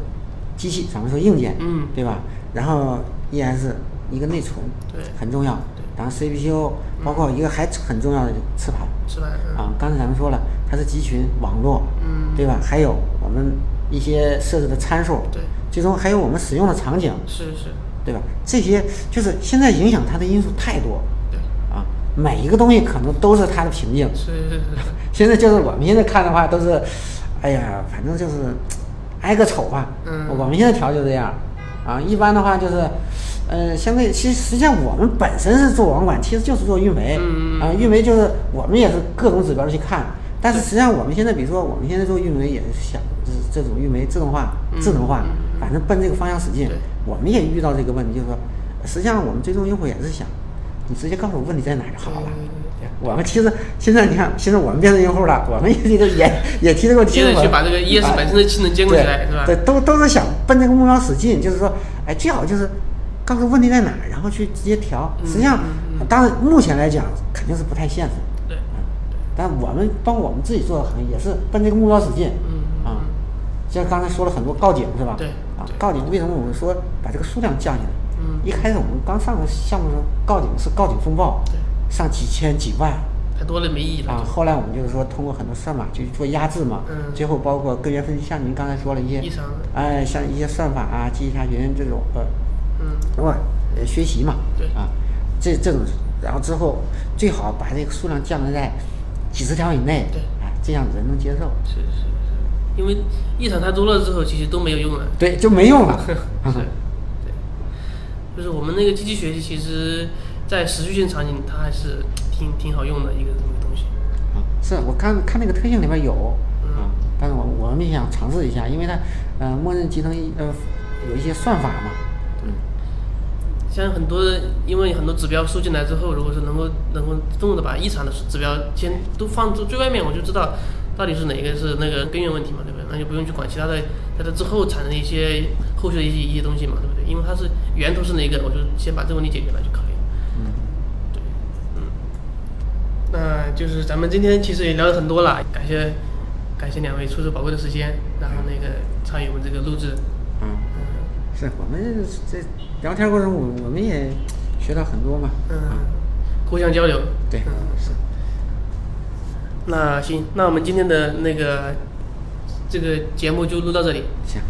S2: 机器，咱们说硬件，
S1: 嗯
S2: 对吧？然后 ES 一个内存，
S1: 对
S2: 很重要。
S1: 对嗯
S2: 然后 CPU，包括一个还很重要的就是磁盘，
S1: 是吧？嗯
S2: 啊，刚才咱们说了，它是集群网络，
S1: 嗯
S2: 对吧？还有我们一些设置的参数，
S1: 对，
S2: 最终还有我们使用的场景，
S1: 是是，
S2: 对吧？这些就是现在影响它的因素太多
S1: 对，
S2: 啊，每一个东西可能都是它的瓶颈。
S1: 是是是是，
S2: 现在就是我们现在看的话，都是，哎呀，反正就是挨个瞅吧。
S1: 嗯
S2: 我们现在调就这样，啊，一般的话就是，呃，相对其实实际上我们本身是做网管，其实就是做运维。
S1: 嗯嗯
S2: 啊，运维就是我们也是各种指标去看，但是实际上我们现在，比如说我们现在做运维也是想就是这种运维自动化、智能化
S1: 嗯嗯，
S2: 反正奔这个方向使劲
S1: 对。
S2: 我们也遇到这个问题，就是说，实际上我们最终用户也是想，你直接告诉我问题在哪儿就好了。
S1: 对
S2: 我们其实现在你看，现在我们变成用户了，我们也也也也提这个问题，
S1: 接着
S2: 我
S1: 去
S2: 们
S1: 把这个 ES 本身的技能兼顾起来，是吧？
S2: 对，都都是想奔这个目标使劲，就是说，哎，最好就是告诉问题在哪儿，然后去直接调。
S1: 嗯
S2: 实际上，当然目前来讲肯定是不太现实，
S1: 对，
S2: 但我们包括我们自己做的行业也是奔这个目标使劲。
S1: 嗯
S2: 啊，像刚才说了很多告警是吧？
S1: 对
S2: 啊
S1: 对，
S2: 告警为什么我们说把这个数量降下来？
S1: 嗯
S2: 一开始我们刚上个项目的时候，告警是告警风暴，
S1: 对
S2: 上几千几万。
S1: 嗯太多了没意义了
S2: 啊，，后来我们就是说通过很多算法去做压制嘛，
S1: 嗯
S2: 最后包括根源分析，像您刚才说了一些
S1: 异常，
S2: 哎，像一些算法啊、记忆查询这种呃，
S1: 嗯，
S2: 偶尔呃学习嘛，
S1: 对
S2: 啊，这这种，然后之后最好把这个数量降在几十条以内，
S1: 对
S2: 哎，这样人能接受，
S1: 是是是，因为异常太多了之后，其实都没有用了。，
S2: 对，就没用了 啊
S1: 是，对，就是我们那个机器学习，其实在持续性场景，它还是挺挺好用的一个这么个东西。
S2: 啊，是我看看那个特性里面有
S1: 嗯
S2: 啊，但是我我们也想尝试一下，因为它呃默认集成一呃有一些算法嘛，嗯。
S1: 像很多，因为很多指标输进来之后，如果是能够能够自动的把异常的指标先都放出最外面，我就知道到底是哪个是那个根源问题嘛，对不对？那就不用去管其他的，在这之后产生的一些后续的一些一些东西嘛，对不对？因为它是源头是哪个，我就先把这个问题解决了就可以了。
S3: 嗯
S1: 嗯那就是咱们今天其实也聊了很多了，感谢感谢两位出出宝贵的时间，然后那个参与我们这个录制。
S2: 嗯，是我们这聊天过程中，我我们也学到很多嘛。
S1: 嗯
S2: 啊，
S1: 互相交流。
S2: 对，
S1: 嗯，
S2: 是。
S1: 那行，那我们今天的那个这个节目就录到这里。
S2: 行，